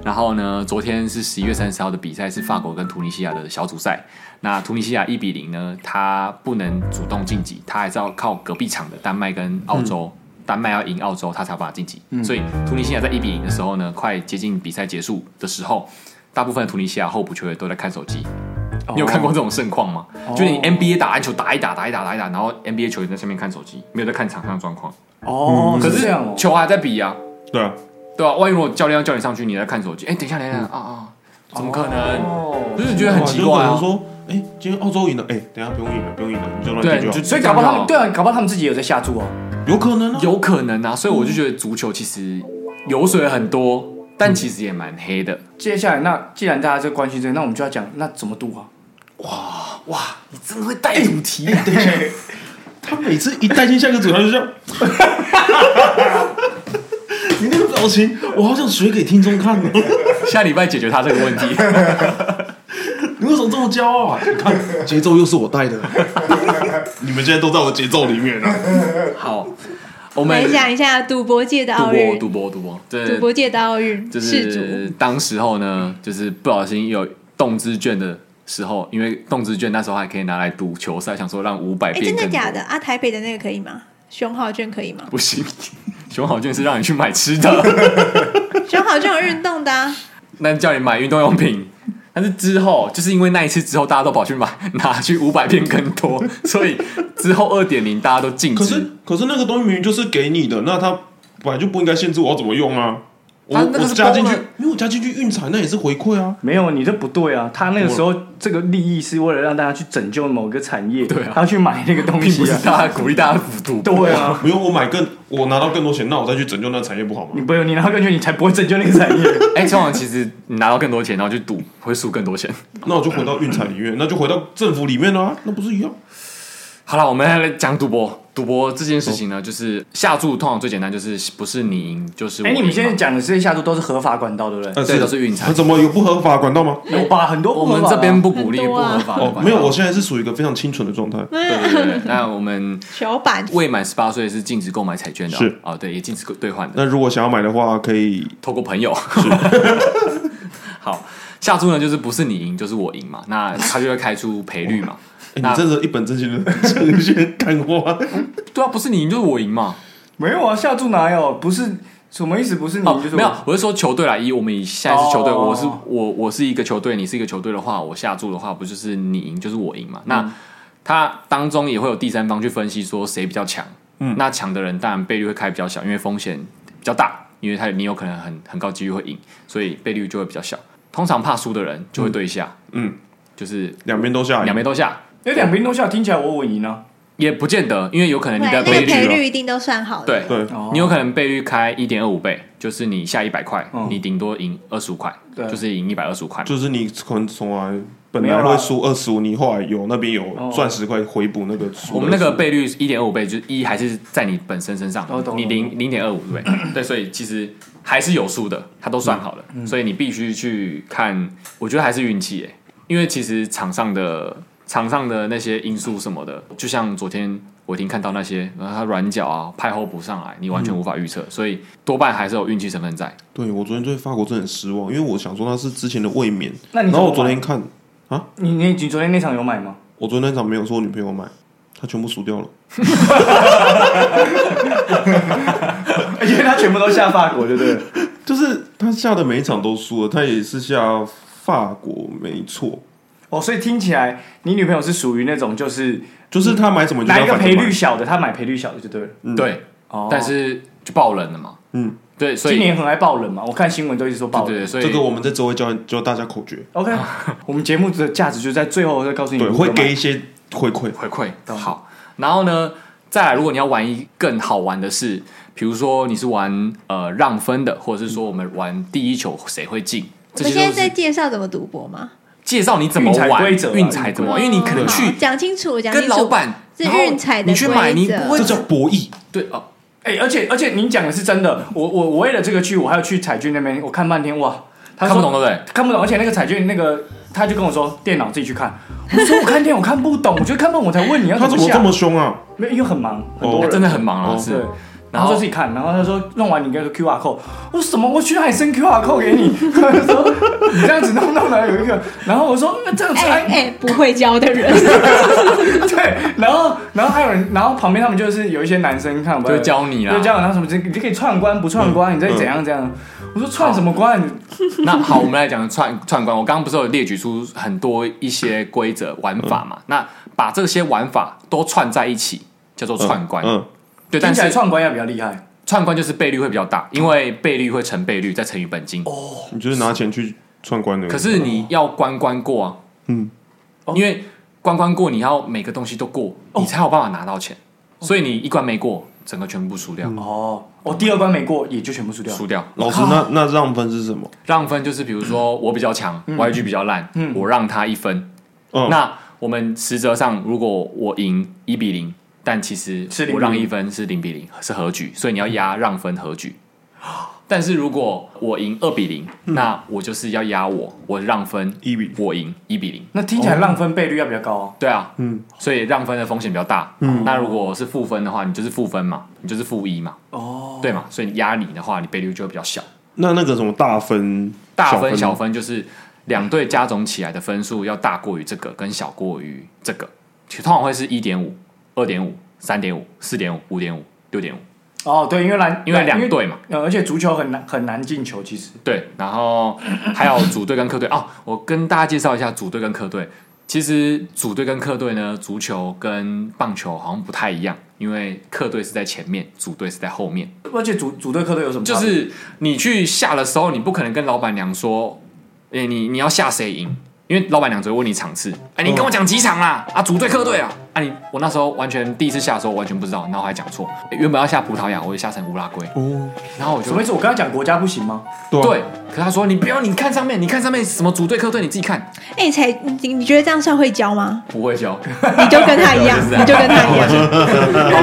然后呢，昨天是十一月三十号的比赛是法国跟突尼西亚的小组赛。那突尼西亚一比零呢，他不能主动晋级，他还是要靠隔壁场的丹麦跟澳洲，
嗯
丹麦要赢澳洲，他才有办法晋级。所以突尼西亚在一比零的时候呢，快接近比赛结束的时候，大部分的突尼西亚候补球员都在看手机。
哦呃
你有看过这种盛况吗？就你 NBA 打篮球打一打打一打打一打，然后 NBA 球员在下面看手机，没有在看场上的状况。
哦？
可
是这
是
样哦。
球还在比啊，
对啊，
对啊，万一如果教练要叫你上去，你在看手机，哎、等一下，等一下
嗯
啊啊，怎么可能？
哦
就是觉得很奇怪
哇
啊
就可能。说，哎，今天澳洲赢了，哎，等一下不用赢了，不用赢了，你就乱
对
踢就好
你就
所以搞不好他们
这
对啊，搞不好他们自己有在下注哦。
有可能啊，
有可能啊，所以我就
嗯
觉得足球其实油水很多，但其实也蛮黑的。
接下来，那既然大家这关心这个，那我们就要讲，那怎么赌啊？哇，你真的会带主题、啊
他每次一带进下一个组，他就这
<laughs>
样，你那个表情，我好想学给听众看
<laughs>
哦。
下礼拜解决他这个问
<laughs>
题。
你为什么这么骄傲啊？你看节奏又是我
<laughs>
带的，你们现在都在我节奏里面啊。
好，我们
分享一下赌博界的
赌
奥
博
运，
赌博赌博，这
赌博界的奥运
就
世足哎
是当时候呢，就是不小心有动资券的时候，因为动资券那时候还可以拿来赌球赛，想说让五百
哎，
变
真
更多。？
的假的？啊？台北的那个可以吗？熊好券可以吗 <laughs>
不行，熊好券是让你去买吃的，
熊好券有运动的、啊，
那叫你买运动用品。但是之后，就是因为那一次之后，大家都跑去买， <laughs> 拿去五百变更多，所以之后二点零大家都禁
可是
止。
可是那个东西明明就是给你的，那它本来就不应该限制我要怎么用啊。我
它那个
我
是
加进去
包了，
因为我加进去运彩，那也是回馈啊。
没有，你这不对啊！他那个时候这个利益是为了让大家去拯救某个产业，
对啊
他去买那个东
并
西
不是
啊，
大家鼓励大家赌博，
对啊，
没有，我买更，我拿到更多钱，那我再去拯救那个产业不好吗
嗯
你？不用，你拿到根据你才不会拯救那个产业。
哎、通常其实你拿到更多钱，然后去赌，会输更多钱。
那我就回到运彩里面，那就回到政府里面啦、那不是一样？
好了，我们来讲赌博。赌博这件事情呢，就是下注，通常最简单就是不是你赢就是
<laughs>
我
哎，
赢嘛。
你们现在讲的这些下注都是合法管道，对不对？
但
对都是运彩
那怎么有不合法管道吗？
有吧？很多不
我
合
们
法的啊
这边不鼓励
很
不
多啊
合法的
哦，
管道
没有，我现在是属于一个非常清纯的状态。
对对对，对那我们
球
<laughs>
板
未满十八岁是禁止购买彩券的啊，
是
哦，对，也禁止兑换的，
那如果想要买的话，可以
透过朋友。 <laughs> 好，下注呢就是不是你赢就是我赢嘛，那他就会开出赔率嘛。
哦
欸、
那
你真的，一本正经的呈 <laughs> 现干话，
对啊，不是你赢就是我赢嘛。
没有啊，下注哪有？不是什么意思？不是你
哦
就是，我
没有，我是说球队啦，以我们以现在是球队，
哦
我是我我是一个球队，你是一个球队的话，我下注的话，不就是你赢就是我赢嘛？
嗯
那它当中也会有第三方去分析说谁比较强，嗯，那强的人当然倍率会开比较小，因为风险比较大，因为他你有可能很很高几率会赢，所以倍率就会比较小。通常怕输的人就会对下，
嗯，
就是
两边都下雨
啊两边都下，
因为两边都下，听起来我稳赢啊。
也不见得，因为有可能你的
对，
倍
那个赔
率
率一定都算好的。
对
对，
哦
你有可能倍率开一点二五倍，就是你下一百块
嗯，
你顶多赢二十五块，
对
就是赢一百二十五块嘛。
就是你可能从来本
没
来
有啦
会输二十五，你后来有那边
哦
有赚十块回补那个输的
我们那个
数
倍率一点二五倍，就是一还是在你本身身上
哦懂，
你
懂
零零点二五对不
<clears throat>
对？对，所以其实还是有数的，它都
嗯
算好了，所以你必须去看，我觉得还是运气诶，因为其实场上的场上的那些因素什么的，就像昨天我已经看到那些，然后他软脚啊，派后补上来，你完全
嗯
无法预测，所以多半还是有运气成分在。
对我昨天对法国真的很失望，因为我想说那是之前的卫冕，
那你
然
怎么
后我昨天看，
你你你昨天那场有买吗？ <laughs>
我昨天那场没有说我女朋友买，她全部输掉了。
因为他全部都下法国，对不
<laughs>
对？
就是她下的每一场都输了，她也是下法国没错，
哦，所以听起来你女朋友是属于那种就是
就是她买什么就
哪
要
一个
反着
赔率
买
小的，他买赔率小的就对了。
对，
哦，
但是就爆冷了嘛。
嗯，
对，所
今
以
年很爱爆冷嘛，我看新闻都一直说
对
爆
对
冷。
对，所以
这个我们在周会教教大家口诀，
<laughs>
OK，我们节目的价值就在最后再告诉你
对，
如何
会
嗯买，
给一些回馈。
回馈
懂
好。然后呢，再来，如果你要玩一更好玩的事，比如说你是玩呃让分的，或者是说我们玩第一球谁会进，
我
这
们
些
现
都
在在
是
介绍怎么赌博吗？
介绍你怎么
运彩
玩
规则啊
运彩怎么玩，因为你可能
哦好
去
讲清楚，讲清
跟
楚。
老板，
是
然后
运彩的
你去买，
规
你
则
不
这
会
叫博弈，
对哦，
哎、而且而且您讲的是真的，我我我为了这个去，我还要去彩券那边，我看半天哇，他
看
说
不懂对不对？
看不懂，而且那个彩券那个他就跟我说电脑自己去看，我说我看电脑看不懂，我觉得看不懂我才问 <laughs> 你要
她
怎
怎
么
么
下
这，么凶啊？
没有因为很忙，很多
哦
人、
哎真的很忙啊，
哦
是
对。。然
然
后
后
说自己看，然后他说弄完你给我个 QR code，我说什么？我去还生 QR code 给你？他就说你这样子弄弄来有一个，然后我说那这样子
哎
还、
哎，不会教的人，
哎
<laughs> 对，然后然后还有人，然后旁边他们就是有一些男生看，
就会教你啦啊嗯
就教我他什么，你就可以串关不串关，你再怎样怎样。我说
哦
串什么关？
<laughs> 那好，我们来讲串串关。我刚刚不是有列举出很多一些规则玩法
嗯
嘛？那把这些玩法都串在一起，叫做串关。
嗯，
对，
听
但
起来
是
串关要比较厉害。
串关就是倍率会比较大，因为倍率会乘倍率再乘以本金。
嗯你就是拿钱去串关的。
可是你要关关过啊，
嗯，
因为关关过，你要每个东西都过，你才有办法拿到钱。所以你一关没过，整个全部输掉，
哦，我第二关没过，也就全部输掉。
输掉。
老师，那那让分是什么？
嗯
让分就是比如说我比较强，YG 比较烂，我让他一分，
嗯
那我们实则上，如果我赢一比零，但其实
是0比
我让
0
一分是零比零，是和局，所以你要压让分和局。但是如果我赢二比零，
嗯
那我就是要压我，我让分
一比
我赢一比零。
那听起来浪分倍率要比较高哦。
对啊，
嗯，
所以让分的风险比较大。嗯，那如果是负分的话，你就是负分嘛，你就是负一嘛，
哦，
对嘛？所以你压你的话，你倍率就会比较小。
那那个什么大分、
大分
小
小分就是两队加总起来的分数要大过于这个，跟小过于这个，其实通常会是一点五、二点五、三点五、四点五、五点五、六点五，
哦，对，因为篮
因为两，队嘛。
呃，而且足球很难很难进球，其实
对，然后还有组队跟客队哦，我跟大家介绍一下组队跟客队。其实组队跟客队呢，足球跟棒球好像不太一样，因为客队是在前面，组队是在后面。
而且组组队客队有什么
就
差别？
是你去下的时候，你不可能跟老板娘说，诶、你你要下谁赢？因为老板娘只会问你场次，哎、你跟
嗯
我讲几场啦？啊，组队客队啊，啊你我那时候完全第一次下的时候我完全不知道，然后还讲错、诶原本要下葡萄牙，我就下成乌拉圭，
哦，
然后我就
什么意思？我刚刚讲国家不行吗？
对啊
对，可他说你不要，你看上面，你看上面什么组队客队，你自己看，
哎、你才你你觉得这样算会教吗？
不会教，
你就跟他一
<laughs>
样，你就跟他一样。
<laughs> 好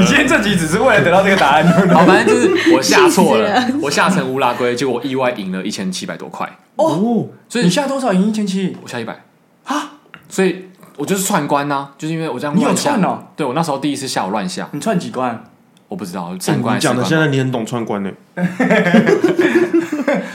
<laughs> 你今天这集只是为了得到这个答案。
<laughs> 好，
<laughs>
反正就是我下错了
气死，
我下成乌拉圭，结果我意外赢了一千七百多块，
哦，
所以
你下多少赢一千七？
我下一百
啊，
所以我就是串关呐、就是因为我这样
你有
乱下
串哦
对我那时候第一次下我乱下，
你串几关？
我不知道
哎
三关
你
还是
讲的
四
现
关，
在你很懂串关呢，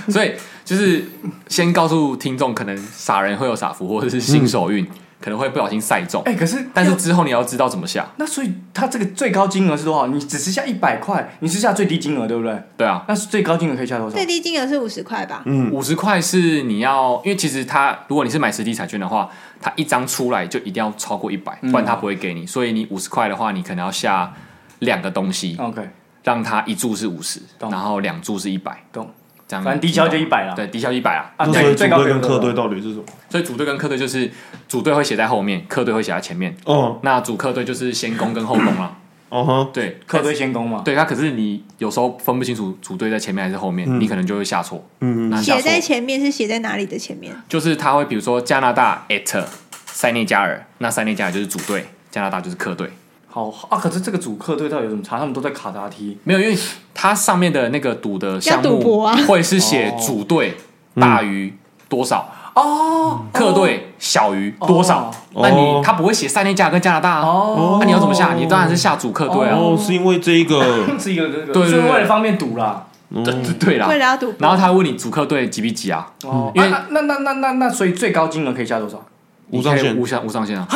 所以就是先告诉听众，可能傻人会有傻福，或者是新手运、可能会不小心赛中，
嗯哎，可是
但是之后你要知道怎么下，
那所以它这个最高金额是多少？你只是下一百块，你是下最低金额对不对？
对啊。
那是最高金额可以下多少
最？低金额是五十块吧？
嗯，
五十块是你要，因为其实它如果你是买实体彩券的话，它一张出来就一定要超过一百，不
嗯
然它不会给你。所以你五十块的话，你可能要下两个东西，
OK，
让它一注是五十，
懂
然后两注是一百，
懂。
这样
反正低消就一百了。
对，低消一百啊。
啊，
那所以
对，
组
最高
队
金额
跟客队到底是什么？
所以组队跟客队就是组队会写在后面，客队会写在前面。
哦，
那组客队就是先攻跟后攻啦。
哦哈，
对，
客嗯队先攻嘛。
对他，可是你有时候分不清楚组队在前面还是后面，你可能就会下错。
嗯，
那下
写
错
在前面是写在哪里的前面？
就是他会比如说加拿大 at 塞内加尔，那塞内加尔就是组队，加拿大就是客队。
好啊，可是这个组客队到底有什么差？他们都在卡达踢，
没有，因为它上面的那个赌的项
要赌
目
博啊
会是写组队大于多少哦，客队小于多少。
哦
那你他不会写塞内加尔跟加拿大
哦
啊？那你要怎么下？你当然是下主客队啊。
哦，是因为这一个， <coughs>
是一个这个，
对对对
就是为了方便赌啦。
对对对啦
啊
为。了要赌博
然后他问你主客队几比几啊？
哦，
因为
啊那那那那那，所以最高金额可以下多少？
无上限
你可以无上无上限啊！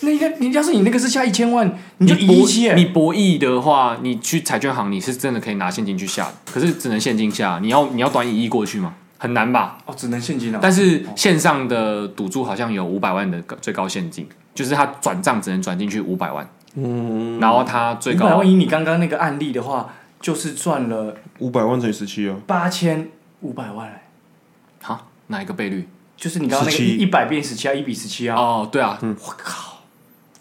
那应该，你要是你那个是下一千万，你
你
就一亿七
博
耶。
你博弈的话，你去彩券行你是真的可以拿现金去下的，可是只能现金下，你要你要端一亿过去吗？很难吧？
哦，只能现金啊。
但是线上的赌注好像有五百万的最高现金，就是他转账只能转进去五百万，嗯，然后他最
五百
高
万，以你刚刚那个案例的话，就是赚了
五百万乘以十七啊，
八千五百万欸，
哈哪一个倍率？
就是你刚刚那个
17
一百变十七啊，一比十七啊。
哦，对
嗯
啊，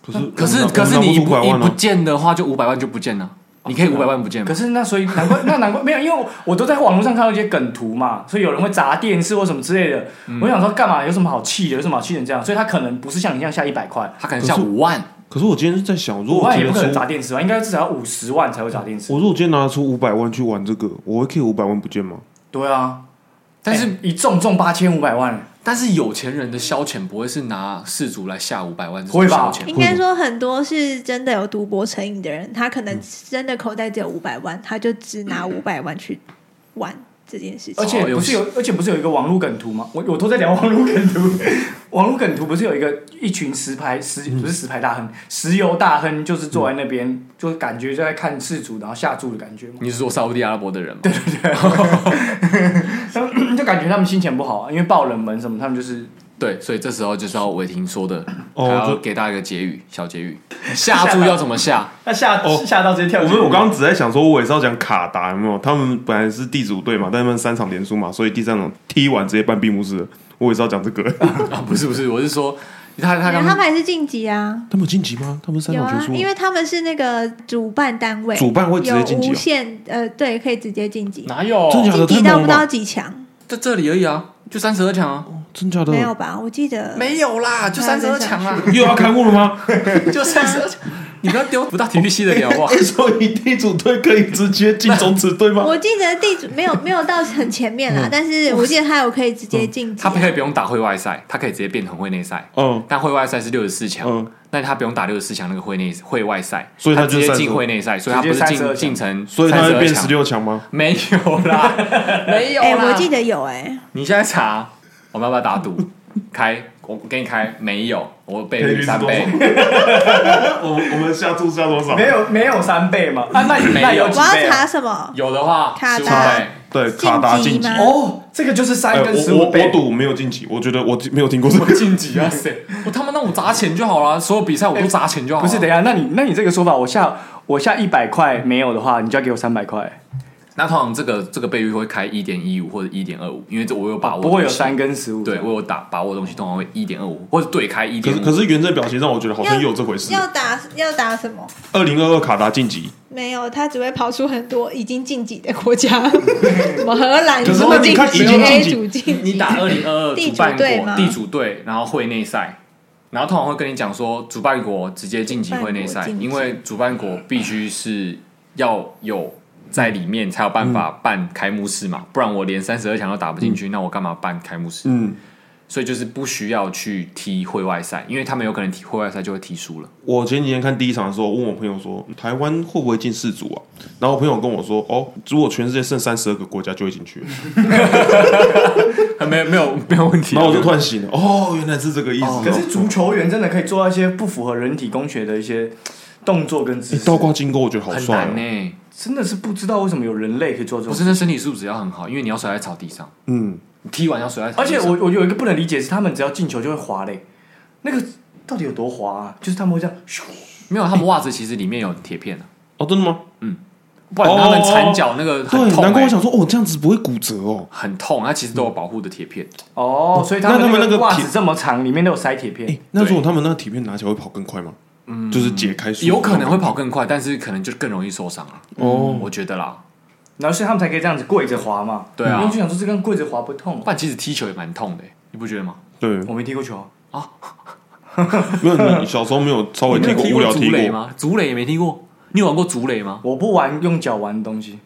可是
可是
我们拿
可是
我们
你
嗯拿
一
不出
不
500
一
万
不
啊，哦
见的话，就五百万就不见了，你可以五百万不见吗
可？是那所以难怪那难怪没有，因为我都在网络上看到一些梗图嘛，所以有人会砸电视或什么之类的。我想说干嘛？有什么好气的？有什么好气成这样？所以他可能不是像你这样下一百块，
他可能下
啊可是
五万，
可是我今天是在想，如
五
果我
万也不
今天
可能
出
砸电视吧？应该至少要五十万才会砸电视。
我如果今天拿出五百万去玩这个，我会 K 五百万不见吗？
对啊，
但是、
哎一中中八千五百万，
但是有钱人的消遣不会是拿世足来下五百万，
会吧
这种消遣
应该说很多是真的有赌博成瘾的人，他可
嗯
能真的口袋只有五百万，他就只拿五百万去玩这件事情。
而且
哦有
不是有，而且不是有一个网络梗图吗？我我都在聊网络梗图， <laughs> 网络梗图不是有一个一群石牌石不是石牌大亨，石油大亨就是坐在那边，就是感觉就在看世足，然后下注的感觉嘛。
你是说沙烏地阿拉伯的人吗？
就感觉他们 <clears throat> 心情不好啊，因为爆冷门什么，他们就是
对，所以这时候就是要伟霆说的，
哦
还要
就
给大家一个结语，小结
<laughs>
语，下注要怎么下？
那吓
哦
吓到直接跳
我们我刚刚只在想说，我也是要讲卡达，有没有？他们本来是地主队嘛，但他们三场连输嘛，所以第三场踢完直接办闭幕式了。我也是要讲这个。
<laughs> 啊，不是不是，我是说他他
然
刚
后他
刚
们还是晋级啊，
他们有晋级吗？他们三
有
场全
啊，
输
因
了，
为他们是那个主办单位，
主办会直接晋级哦
有无限呃，对，可以直接晋级，
哪有
真假的
晋级
太
到
猛
不
了
知道
吧？
几强。
在这里而已啊，就三十二强啊，
真 <laughs> 假的？
没有吧？我记得
没有啦，就三十二强啊，
又要开幕了吗？
<laughs> 就三十二强，你不要丢不到体育系的脸好不好
欸？所以地主队可以直接进种子 <laughs> 队吗？
我记得地主没有没有到很前面啦，但是我记得他有可以直接哎晋级
嗯他。可以不用打会外赛，他可以直接变成会内赛。
嗯，
但会外赛是六十四强
嗯，
但他不用打六十四强那个会内会外赛，
所以他
他
就
直
是
接
32
进会内赛，所以他不是
直接32
进
强
进城，
所以他会变十
强。
六强吗？
没有啦，没有
哎、
啦。
我记得有哎、
你现在查，我们要不要打赌？开，我给你开，没有，我倍率三倍，
我我们下注下多少
没，有没有三倍嘛？啊，那
没有
那有
我
几
要
倍
查
啊？
什么？
有的话
卡
十五
达
倍。
对，卡达晋级。
吗？
哦，这个就是
哎
三跟十
我我
五
我
倍。
赌没有晋级，我觉得我没有听过这 <laughs>
什么
个。
晋级啊？谁？我他妈让我砸钱就好了，所有比赛我都砸钱就好了。
不是，等一下，那你那你这个说法，我下我下一百块没有的话，你就要给我三百块，
那通常这个这个倍率会开一点一五或者一点二五，因为这我有把握，
不会有三，跟十五。
对我有打把握的东西，通常会一点二五或者对开一
可
点
是
五。
可是原正表情让我觉得好像也有这回事。
要打要打什么？
二零二二卡达晋级，
没有，他只会跑出很多已经晋级的国家，什么荷兰，
可是
什么
那你看已经
A
晋级
组晋级，
你打二零二二
地
主
主
办
队
国
吗
地主队，然后会内赛，然后通常会跟你讲说，主办国直接晋级会内赛，
主办国晋级
因为主办国必须是要有在里面才有办法办开幕式嘛，不然我连三十二强都打不进去，那我干嘛办开幕式？
嗯，
所以就是不需要去踢会外赛，因为他们有可能踢会外赛就会踢输了。
我前几天看第一场的时候，我问我朋友说台湾会不会进四组啊？然后我朋友跟我说，哦，如果全世界剩三十二个国家就会进去了。
<laughs> 没有没有没有问题
然后我就突然醒了， <laughs> 哦，原来是这个意思。
可是足球员真的可以做到一些不符合人体工学的一些动作跟姿
你
势，
哎倒挂金钩，我觉得好
很
帅
难欸
哦
呢、。
真的是不知道为什么有人类可以做这
不
种
是，。那身体素质要很好，因为你要摔在草地上，
嗯，
你踢完要摔在草
而
地
且
上。
我我有一个不能理解是，他们只要进球就会滑嘞，那个到底有多滑啊？就是他们会这样，咻
没有他们袜子其实里面有铁 <laughs> 片的、啊
哦，真的吗？
不然他们缠脚那个很
对，
痛、
难怪我
欸，
想说，哦，这样子不会骨折哦。
很痛。它其实都有保护的铁片，
哦，所以他
那他
们
们那个
袜
铁
子这么长，里面都有塞铁片
哎。，那如果他们那个铁片拿起来会跑更快吗？嗯，就是解开束缚
有可能会跑更快，但是可能就更容易受伤了。
哦。
我觉得啦，
然后所以他们才可以这样子跪着滑嘛。
对啊
因为就想说这跟跪着滑不痛
不。然其实踢球也蛮痛的欸、你不觉得吗？
对，
我没踢过球，啊
没有
<laughs>
你你小时候没有稍微
你没有
踢过
踢
无聊
竹
踢
垒
过，
吗？竹垒也没踢过。你有玩过竹垒吗？
我不玩用脚玩的东西。
<laughs>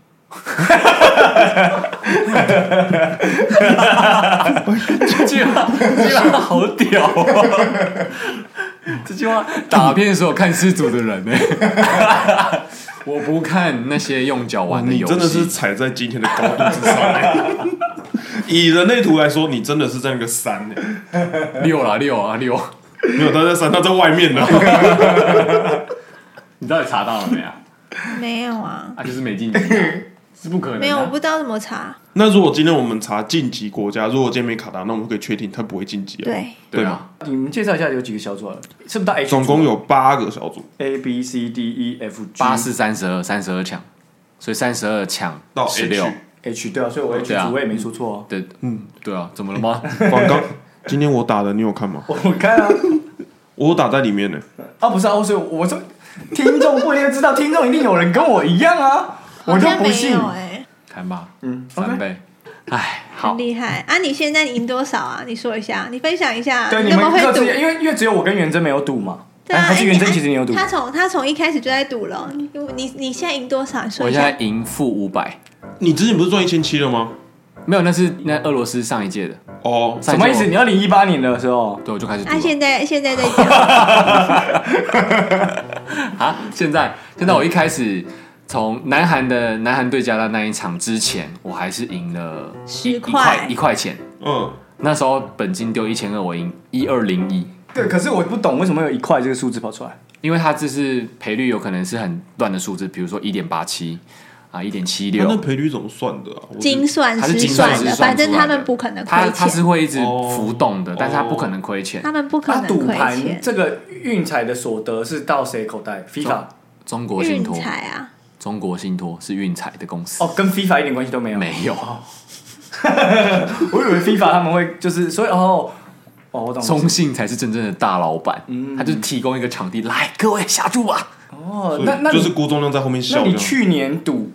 这句话，这句话好屌
<laughs>
哦！这句话打遍所有看失主的人呢、欸 <laughs> 我不看那些用脚玩的
你
游戏，
嗯真的是踩在今天的高度之
<laughs>
上欸。以人类图来说，你真的是在那个山欸
六啦六啊六！
没有他在山，他在外面的。 <laughs>
你到底查到了没啊？
没有啊，
啊，就是没晋级 <laughs> 啊，是不可能、啊。
没有，我不知道怎么查。
那如果今天我们查晋级国家，如果今天没卡达，那我们可以确定他不会晋级啊。
对，
对
对
啊
啊，
你们介绍一下有几个小组啊？是不是到 H？
总共有八个小组
A B C D E F G
八四三十二，三十二强，所以三十二强
到
十
H，
六，
H 对啊，所以我 H
对啊
组我也没说错哦。
对，嗯，对啊，怎么了吗？ <laughs>
广刚，今天我打的，你有看吗？
<laughs> 我我看啊，
我有打在里面呢。
啊不是啊，所以我说听众不一定知道，听众一定有人跟我一样啊，我
好
就
像
不
没
信
有。哎、
看吧，
嗯
三
，OK，
倍，哎，好
很，厉害啊！你现在赢多少啊？你说一下，你分享一下，
对，
你
你
那么
们
会
各自，？
赌
因为因为只有我跟元真没有赌嘛，
对啊，
哎还是
哎
元
你
真其实你有赌，
他从他从一开始就在赌了。你你你现在赢多少？你说
我
一
现
下
在。赢负五百，
你之前不是赚一千七了吗？
没有，那是那俄罗斯上一届的，
哦，
什
上一届
么
我
意思？你二零一八年的时候，
对，我就开始赌
啊，
了
现在现在在讲，
啊！现在现在我一开始从南韩的南韩对加拿大那一场之前，我还是赢了一
10
一
块
块一块钱，
嗯，
那时候本金丢一千二，我赢一二零一。
对，可是我不懂为什么有一块这个数字跑出来。
因为它这是赔率有可能是很乱的数字，比如说一点八七啊，一点七
他那
六，
赔率怎么算的啊？我
精算
他是
失
精算
算
失
的，
算
反正
出来
他
的
们不可能
它
亏
它是
钱，
会一直浮动的，
哦
但是它不可能亏钱。
他们不可
那
能
啊赌
亏
盘
钱。
这个运彩的所得是到谁口袋？FIFA
中国信
运
托，
彩啊，
中国信托是运彩的公司，
哦，跟 FIFA 一点关系都没有。
没有
我以为 FIFA 他们会就是，所以哦哦，我懂。
中信才是真正的大老板，他就提供一个场地，来各位下注啊吧。
哦，
所以
那那你
就是郭宗亮在后面笑
那
这
你
样。
去年赌，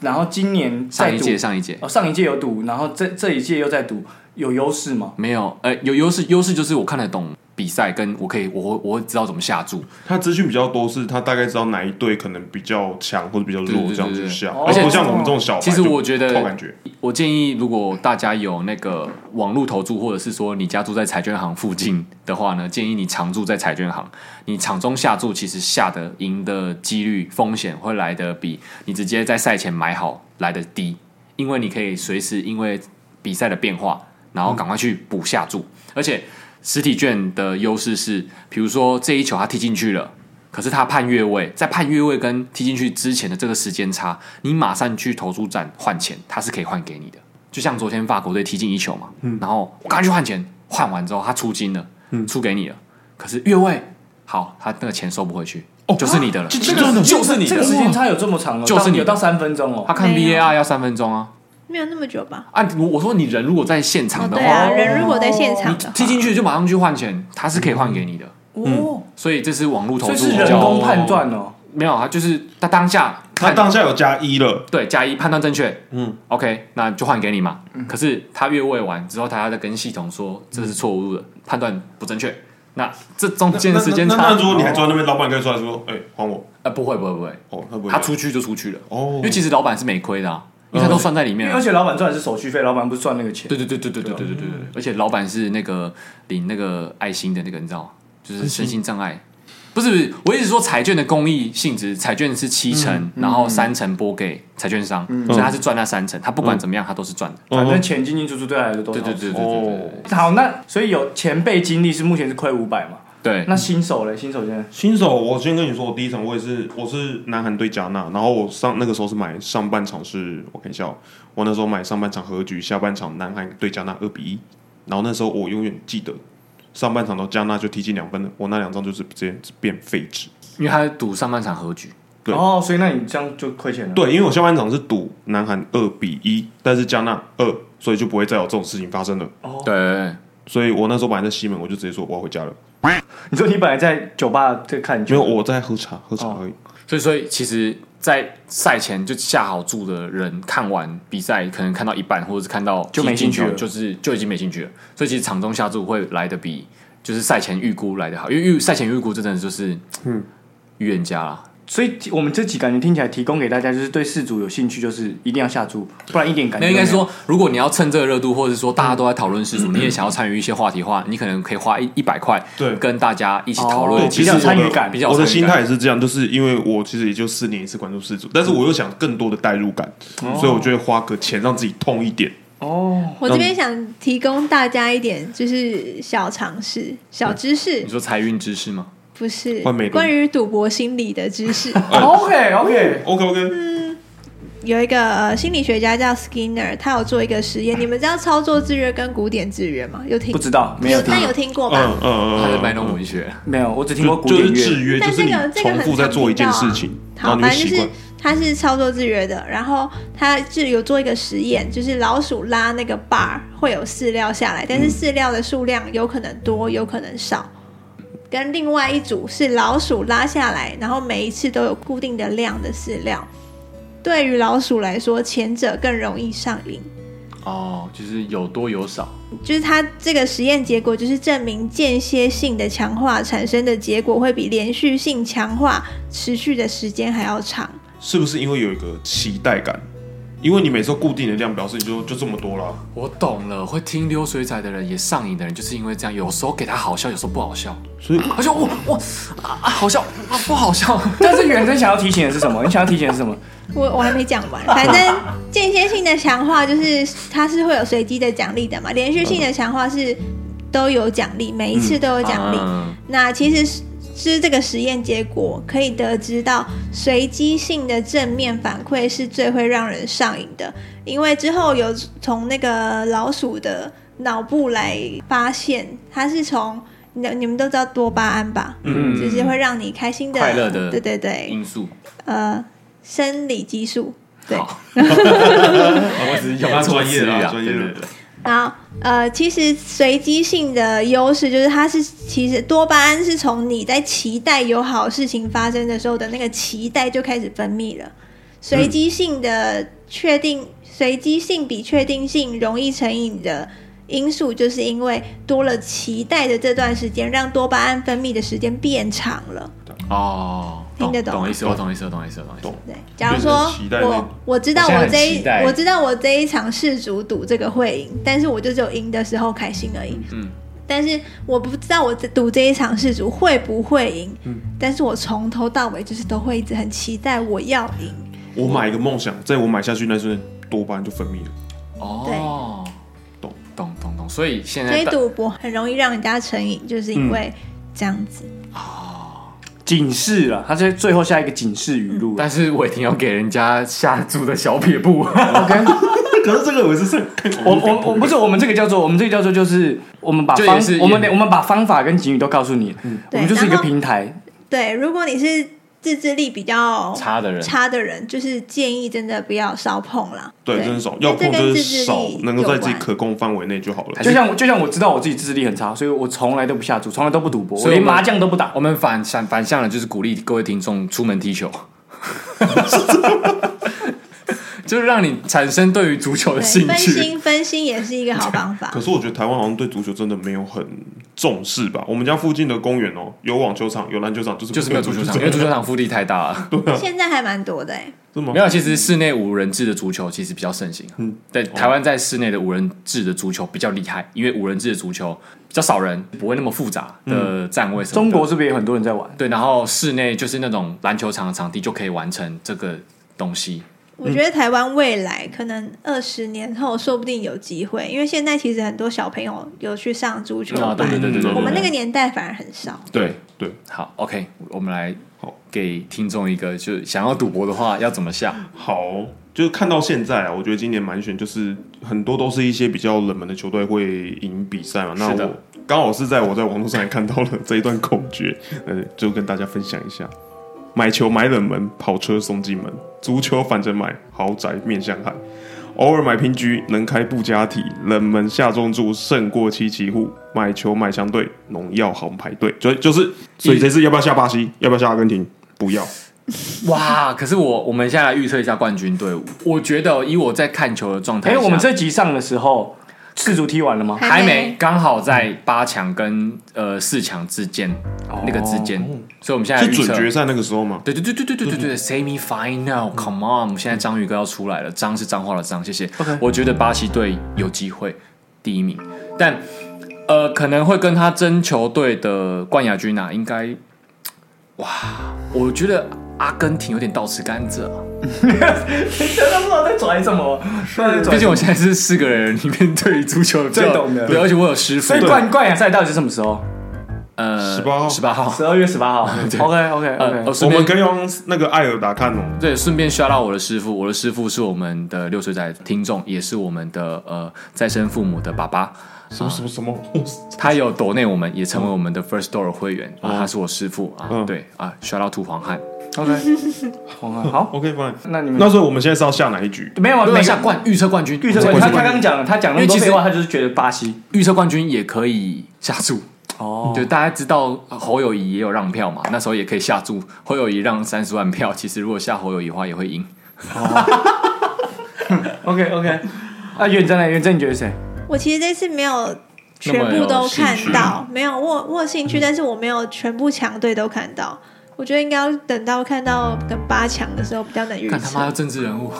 然后今年
上
再
一
赌
届，上一届
哦，上一届有赌，然后这这一届又在赌，有优势吗？
没有，呃，有优势，优势就是我看得懂比赛，跟我可以，我会我会知道怎么下注，
他资讯比较多，是他大概知道哪一队可能比较强或者比较
对对
弱
对
这样
对
去
对
下，
哦
而且不像我们这种小白，
其实我觉得
靠感觉，
我建议，如果大家有那个网络投注，或者是说你家住在彩券行附近的话呢，建议你常住在彩券行。你场中下注，其实下的赢的几率风险会来的比你直接在赛前买好来的低，因为你可以随时因为比赛的变化，然
嗯
后赶快去补下注。而且实体券的优势是，比如说这一球他踢进去了。可是他判越位，在判越位跟踢进去之前的这个时间差，你马上去投注站换钱，他是可以换给你的。就像昨天法国队踢进一球嘛，
嗯
然后我赶快去换钱，换完之后他出金了，出给你了，可是越位好，他那个钱收不回去，就是你的了。
哦啊这个
就是你的
这个时间差有这么长哦，
就
到
是你的
有到三分钟哦
他。看
没有
VAR 要三分钟啊
没有那么久吧？
啊！我我说你人如果在现
哦
场，的
对
话，
啊，
哦
人如果在现场的话，
踢进去就马上去换钱，他是可以换给你的。
哦，
所以这是网络嗯投
所以
注
是
比
人
较
工判断哦。
没有，他啊就是他当下
他
看
当下有加一了，
对，加一判断正确，
嗯
嗯，OK，那就换给你嘛。可是他越位完之后，他要再跟系统说这是错误的，判断不正确。那这中间的时间
那
差，哦
那那如果你还坐在那边，老板跟你出来说，哎，还我，
呃不会不会不会，
哦，他不会
他出去就出去了，
哦
因为，其实老板是没亏的啊，因为他都算在里
因
面
为
啊
而。且老板赚的是手续费，老板不是赚那个钱。
对对对对对对啊对对对对，而且老板是那个领那个爱心的那个，你知道吗？就是身心障碍。不是不是，我一直说彩券的公益性质，彩券是七成，然后三成拨给彩券商，所以他是赚那三成，他不管怎么样，他都是赚的。
反正钱进进出出对他来说都是
对
好
哦对
事
对对对对对
哦
对，
好，那所以有前辈经历是目前是亏五百嘛？
对，
那新手嘞，新手现在
新手，我先跟你说，我第一场我也是，我是南韩对加纳，然后我上那个时候是买上半场是，我看一下、哦，我那时候买上半场和局，下半场南韩对加纳二比一，然后那时候我永远记得，上半场到加纳就踢进两分了，我那两张就是直接变废纸。
因为他赌上半场和局，
对
哦，所以那你这样就亏钱了。
对，因为我下半场是赌南韩二比一，但是加纳二，所以就不会再有这种事情发生了。
哦，
对，
所以我那时候本来在西门，我就直接说我要回家了，
你说你本来在酒吧在看
因为
球，
我在喝茶，喝茶而已。
所以所以其实，在赛前就下好注的人，看完比赛可能看到一半，或者是看到
就没兴趣了
踢进球就是就已经没兴趣了。所以其实场中下注会来的比就是赛前预估来的好，因为预赛前预估这真的就是嗯预言家啦。
所以我们这集感觉听起来提供给大家就是对事主有兴趣，就是一定要下注，不然一点感觉
那
都哎
应
没有。
该说，如果你要趁这个热度，或者说大家都在讨论事主，你也想要参与一些话题的话，你可能可以花一一百块，
对
跟大家一起讨论
哦，
其
比
实
较
我的
参与感
比较有
我的
参与
心
感
态也是这样，就是因为我其实也就四年一次关注四组，但是我又想更多的代入感，所以我就会花个钱让自己痛一点。
哦，
我这边想提供大家一点就是小常识、小知识
你，说财运知识吗？
不是
换美国
关于赌博心理的知识。
OK
哦
OK，
OK OK，
有一个、呃、心理学家叫 Skinner，他有做一个实验。你们知道操作制约跟古典制约吗？有听
不知道没有听
但有听过
嗯
吧？
嗯嗯，
他在
嗯
卖弄文学，
没有，我只听过
就
古
就是
典乐。
制约，就
但
是
这
你
个这个
重
很
复在
常
做一
听
件
到
事
啊
情，然
哦
好，
后你会
反正
习
就是
惯。
它是操作制约的，然后它是有做一个实验，就是老鼠拉那个 bar 会有饲料下来，
嗯
但是饲料的数量有可能多，有可能少。跟另外一组是老鼠拉下来，然后每一次都有固定的量的饲料。对于老鼠来说，前者更容易上瘾。
哦，就是有多有少。
就是它这个实验结果就是证明间歇性的强化产生的结果会比连续性强化持续的时间还要长。
是不是因为有一个期待感？因为你每次固定的量，表示你就就这么多了。啊
我懂了，会听流水仔的人也上瘾的人，就是因为这样，有时候给他好笑，有时候不好笑。
所以
他说我我啊啊好笑啊不好笑，
但是远征想要提醒的是什么？你想要提醒的是什么？
我我还没讲完，反正间歇性的强化就是它是会有随机的奖励的嘛，连续性的强化是都有奖励，每一次都有奖励。
嗯
那其实是是这个实验结果可以得知到，随机性的正面反馈是最会让人上瘾的，因为之后有从那个老鼠的脑部来发现，它是从你你们都知道多巴胺吧，
嗯
就是会让你开心的
快乐的
对对对，
因素。
呃，生理激素。对，
好我只是用
他
错
专业
词语
啦
啊，
专业
对对对
然后呃，其实随机性的优势就是它是其实多巴胺是从你在期待有好事情发生的时候的那个期待就开始分泌了。随机性的确定，随机性比确定性容易成瘾的因素，就是因为多了期待的这段时间，让多巴胺分泌的时间变长了。
哦，
听得懂
懂
吗
意思，我懂意思，我哦懂意思，我懂意思
懂。
对，假如
变成
说
期待那
我我知道
我现在
我
很
这一
期待
我知道我这一场世足赌这个会赢，但是我就只有赢的时候开心而已。
嗯，
但是我不知道我这赌这一场世足会不会赢，
嗯
但是我从头到尾就是都会一直很期待我要赢。
我买一个梦想，在我买下去那瞬间，多巴胺就分泌了。
哦，
懂
懂懂懂。所以
嗯
现
所
在
以
大
赌博很容易让人家成瘾，就是因为
嗯
这样子。
警示了，他在最后下一个警示语录。
嗯但是我一定要给人家下注的小撇步。
OK，
可是这个我是是，
我我我不是我们这个叫做我们这个叫做就是我们把
就
方
也是嗯
我们
也
我们把方法跟警语都告诉你，我
对
们就是一个
然后
平台，
对，如果你是自制力比较
差的人，
<laughs> 差的人，就是建议真的不要少碰啦。
对，真的少，要
这
碰
跟
就
自
是
制
少
力，
能够
有
在自己
关
可控范围内就好了。
就像我就像我知道我自己自制力很差，所以我从来都不下注，从来都不赌博，
所
我
以我
连
们
麻将都不打。
我们反反反向的，就是鼓励各位听众出门踢球， <laughs> 就是让你产生对于足球的
对，
兴
分
趣。
心分心也是一个好
<laughs>
方法
可。是我觉得台湾好像对足球真的没有很重视吧？我们家附近的公园哦，有网球场，有篮球场，就是
就是没有足球场，因为足球场腹地太大了。
现在还蛮多的、欸，
是吗
没？有，其实室内五人制的足球其实比较盛行。嗯
嗯，
对，台湾在室内的五人制的足球比较厉害，因为五人制的足球比较少人，不会那么复杂的站位什么
中
的。
国是不是也有很多人在玩？
对，然后室内就是那种篮球场的场地就可以完成这个东西。
我觉得台湾未来可能二十年后说不定有机会，因为现在其实很多小朋友有去上足球
啊，对
班
对对对对，
我们
对
那个年代反而很少。
对对，
好，OK，我们来
好
给听众一个，就是想要赌博的话要怎么下？
好，就是看到现在啊，我觉得今年蛮选，就是很多都是一些比较冷门的球队会赢比赛嘛。那
是的
我刚好是在我在网络上也看到了这一段口诀， <laughs> 呃，就跟大家分享一下：买球买冷门，跑车送进门，足球反着买，豪宅面向海。偶尔买平局，能开布加体；冷门下中注，胜过七七户。买球买相对，农药行排队。所以就是，所以这次要不要下巴西？要不要下阿根廷？不要。
哇！可是我我们现在来预测一下冠军队伍，我觉得以我在看球的状态
哎，
下，
我们这集上的时候，赤足踢完了吗？ <laughs>
还
还
没
没
刚好在八强跟呃四强之间
哦
那个之间，所以我们现在
是
哎预测
准决赛那个时候吗？
对对对对对对对对，semi final，come on！我们现在章鱼哥要出来了，章是脏话的章，谢谢。我觉得巴西队有机会第一名，但呃可能会跟他争球队的冠亚军啊，应该哇，我觉得阿根廷有点倒吃甘蔗啊，
他哎不知道在拽什么，不知道在拽什么
毕竟我现在是四个人里面对于足球比较
最懂的
对，而且我有师傅
所以，冠冠亚赛到底是什么时候？
呃，
18号
十八号，
十二月十八号。OK OK
呃，
OK。
顺
我
便
们可以用那个艾尔达看哦。
对，顺便刷到我的师傅，我的师傅是我们的六岁仔听众，也是我们的呃再生父母的爸爸，
什么什么什 <laughs> 么？
他有抖内我们，也成为我们的 First Door 会员啊，他是我师傅啊，
嗯
对啊，刷到土黄汉，
呃 OK。好，
OK fine。
那你们
那所以我们现在是要下哪一局？
没有啊
如
每
果下
个
冠预测冠军，
预测冠军他
他
他刚刚讲了，他讲那么
因
多
为其
废
实
话，他就是觉得巴西
预测冠军也可以下注，
哦
就大家知道侯友谊也有让票嘛，那时候也可以下注，侯友谊让三十万票，其实如果下侯友谊的话也会赢。
OK OK。啊， <laughs> 远征呢？远征你觉得谁？
我其实这次没有全部都看到，没有我我有兴
嗯
趣，但是我没有全部强队都看到。我觉得应该要等到看到跟八强的时候比较能预
看他妈
测
的。政治人物，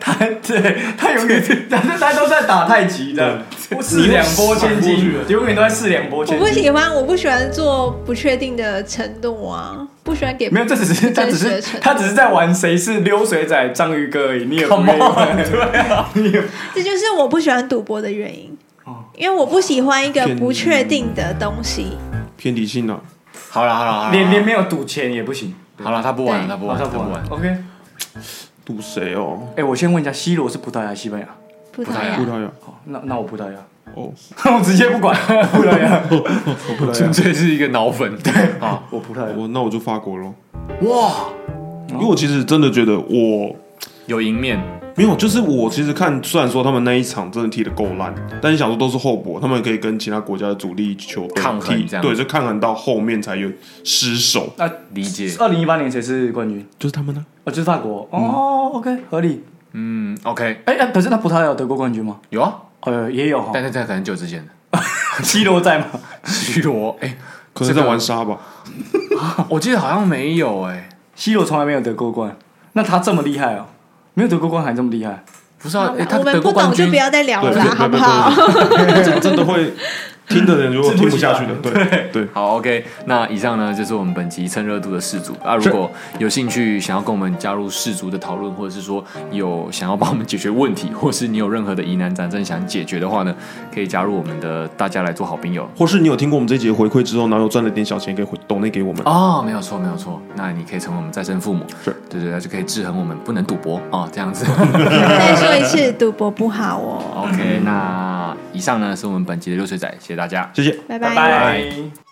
他 <laughs> 对 <laughs> 他永远，大家大家都在打太极的，四两拨千 <laughs> 斤，永远都在四两拨
我
千
不
斤。
喜欢，我不喜欢做不确定的承诺啊，不喜欢
<laughs>
给
没有，这只是他只
真实的
是
程度
他只是在玩谁是溜水仔章鱼哥而已，你也不愿意玩 <laughs> 对啊，你也
这就是我不喜欢赌博的原因。
哦
因为我不喜欢一个不确定的东西，
偏理性啊，
好了好了好了，
连连没有赌钱也不行。
好了，他不玩了，
对
他不玩，
好
他
像
不玩。
OK，
赌谁哦？
哎，我先问一下，C 罗是葡萄牙、西班牙？
葡萄
萄牙
牙
葡萄牙
好那那我葡萄牙，<laughs>
哦，
我直接不管 <laughs> 葡萄牙，我葡萄
<laughs> 纯
牙，
粹是一个脑粉，对啊，
我葡萄牙。
我那我就法国咯。
哇，
因为我其实真的觉得我
有赢面，
没有，就是我其实看，虽然说他们那一场真的踢得够烂，但是想说都是后搏，他们可以跟其他国家的主力球队
抗衡
踢
这样
对，就抗衡到后面才有失手，
那
理解。
二零一八年谁是冠军？
就是他们呢、
哦，就是法国。哦，OK，合理。
嗯，OK，
哎哎，可是那葡萄牙有得过冠军吗？
哦
有啊，
呃，也有哈
但，是在很久之前的 <laughs>
<laughs> 西罗在吗？
西罗，哎、 <laughs>
可能在玩沙吧。
我记得好像没有哎、
西罗从来没有得过冠，那他这么厉害哦，没有得过冠还这么厉害，
不是啊，哎他
我
得
们不
过冠
懂就
军
不，要再聊了
对
啦，
对
好不
对
好？
真真的会听的人，如果听不下去的，对对，
好，OK，那以上呢就是我们本集蹭热度的氏族啊。如果有兴趣想要跟我们加入氏族的讨论，或者是说有想要帮我们解决问题，或是你有任何的疑难杂症想解决的话呢，可以加入我们的大家来做好朋友。
或是你有听过我们这一集的回馈之后，然后又赚了点小钱，可以回抖内给我们。
啊
哦，没有错，没有错。那你可以成为我们再生父母，
是
对对，那就可以制衡我们不能赌博啊、哦，这样
<laughs>
子。
再说一次，赌博不好哦，
OK，那以上呢是我们本集的流水仔，谢谢大家。
谢谢。
拜
拜。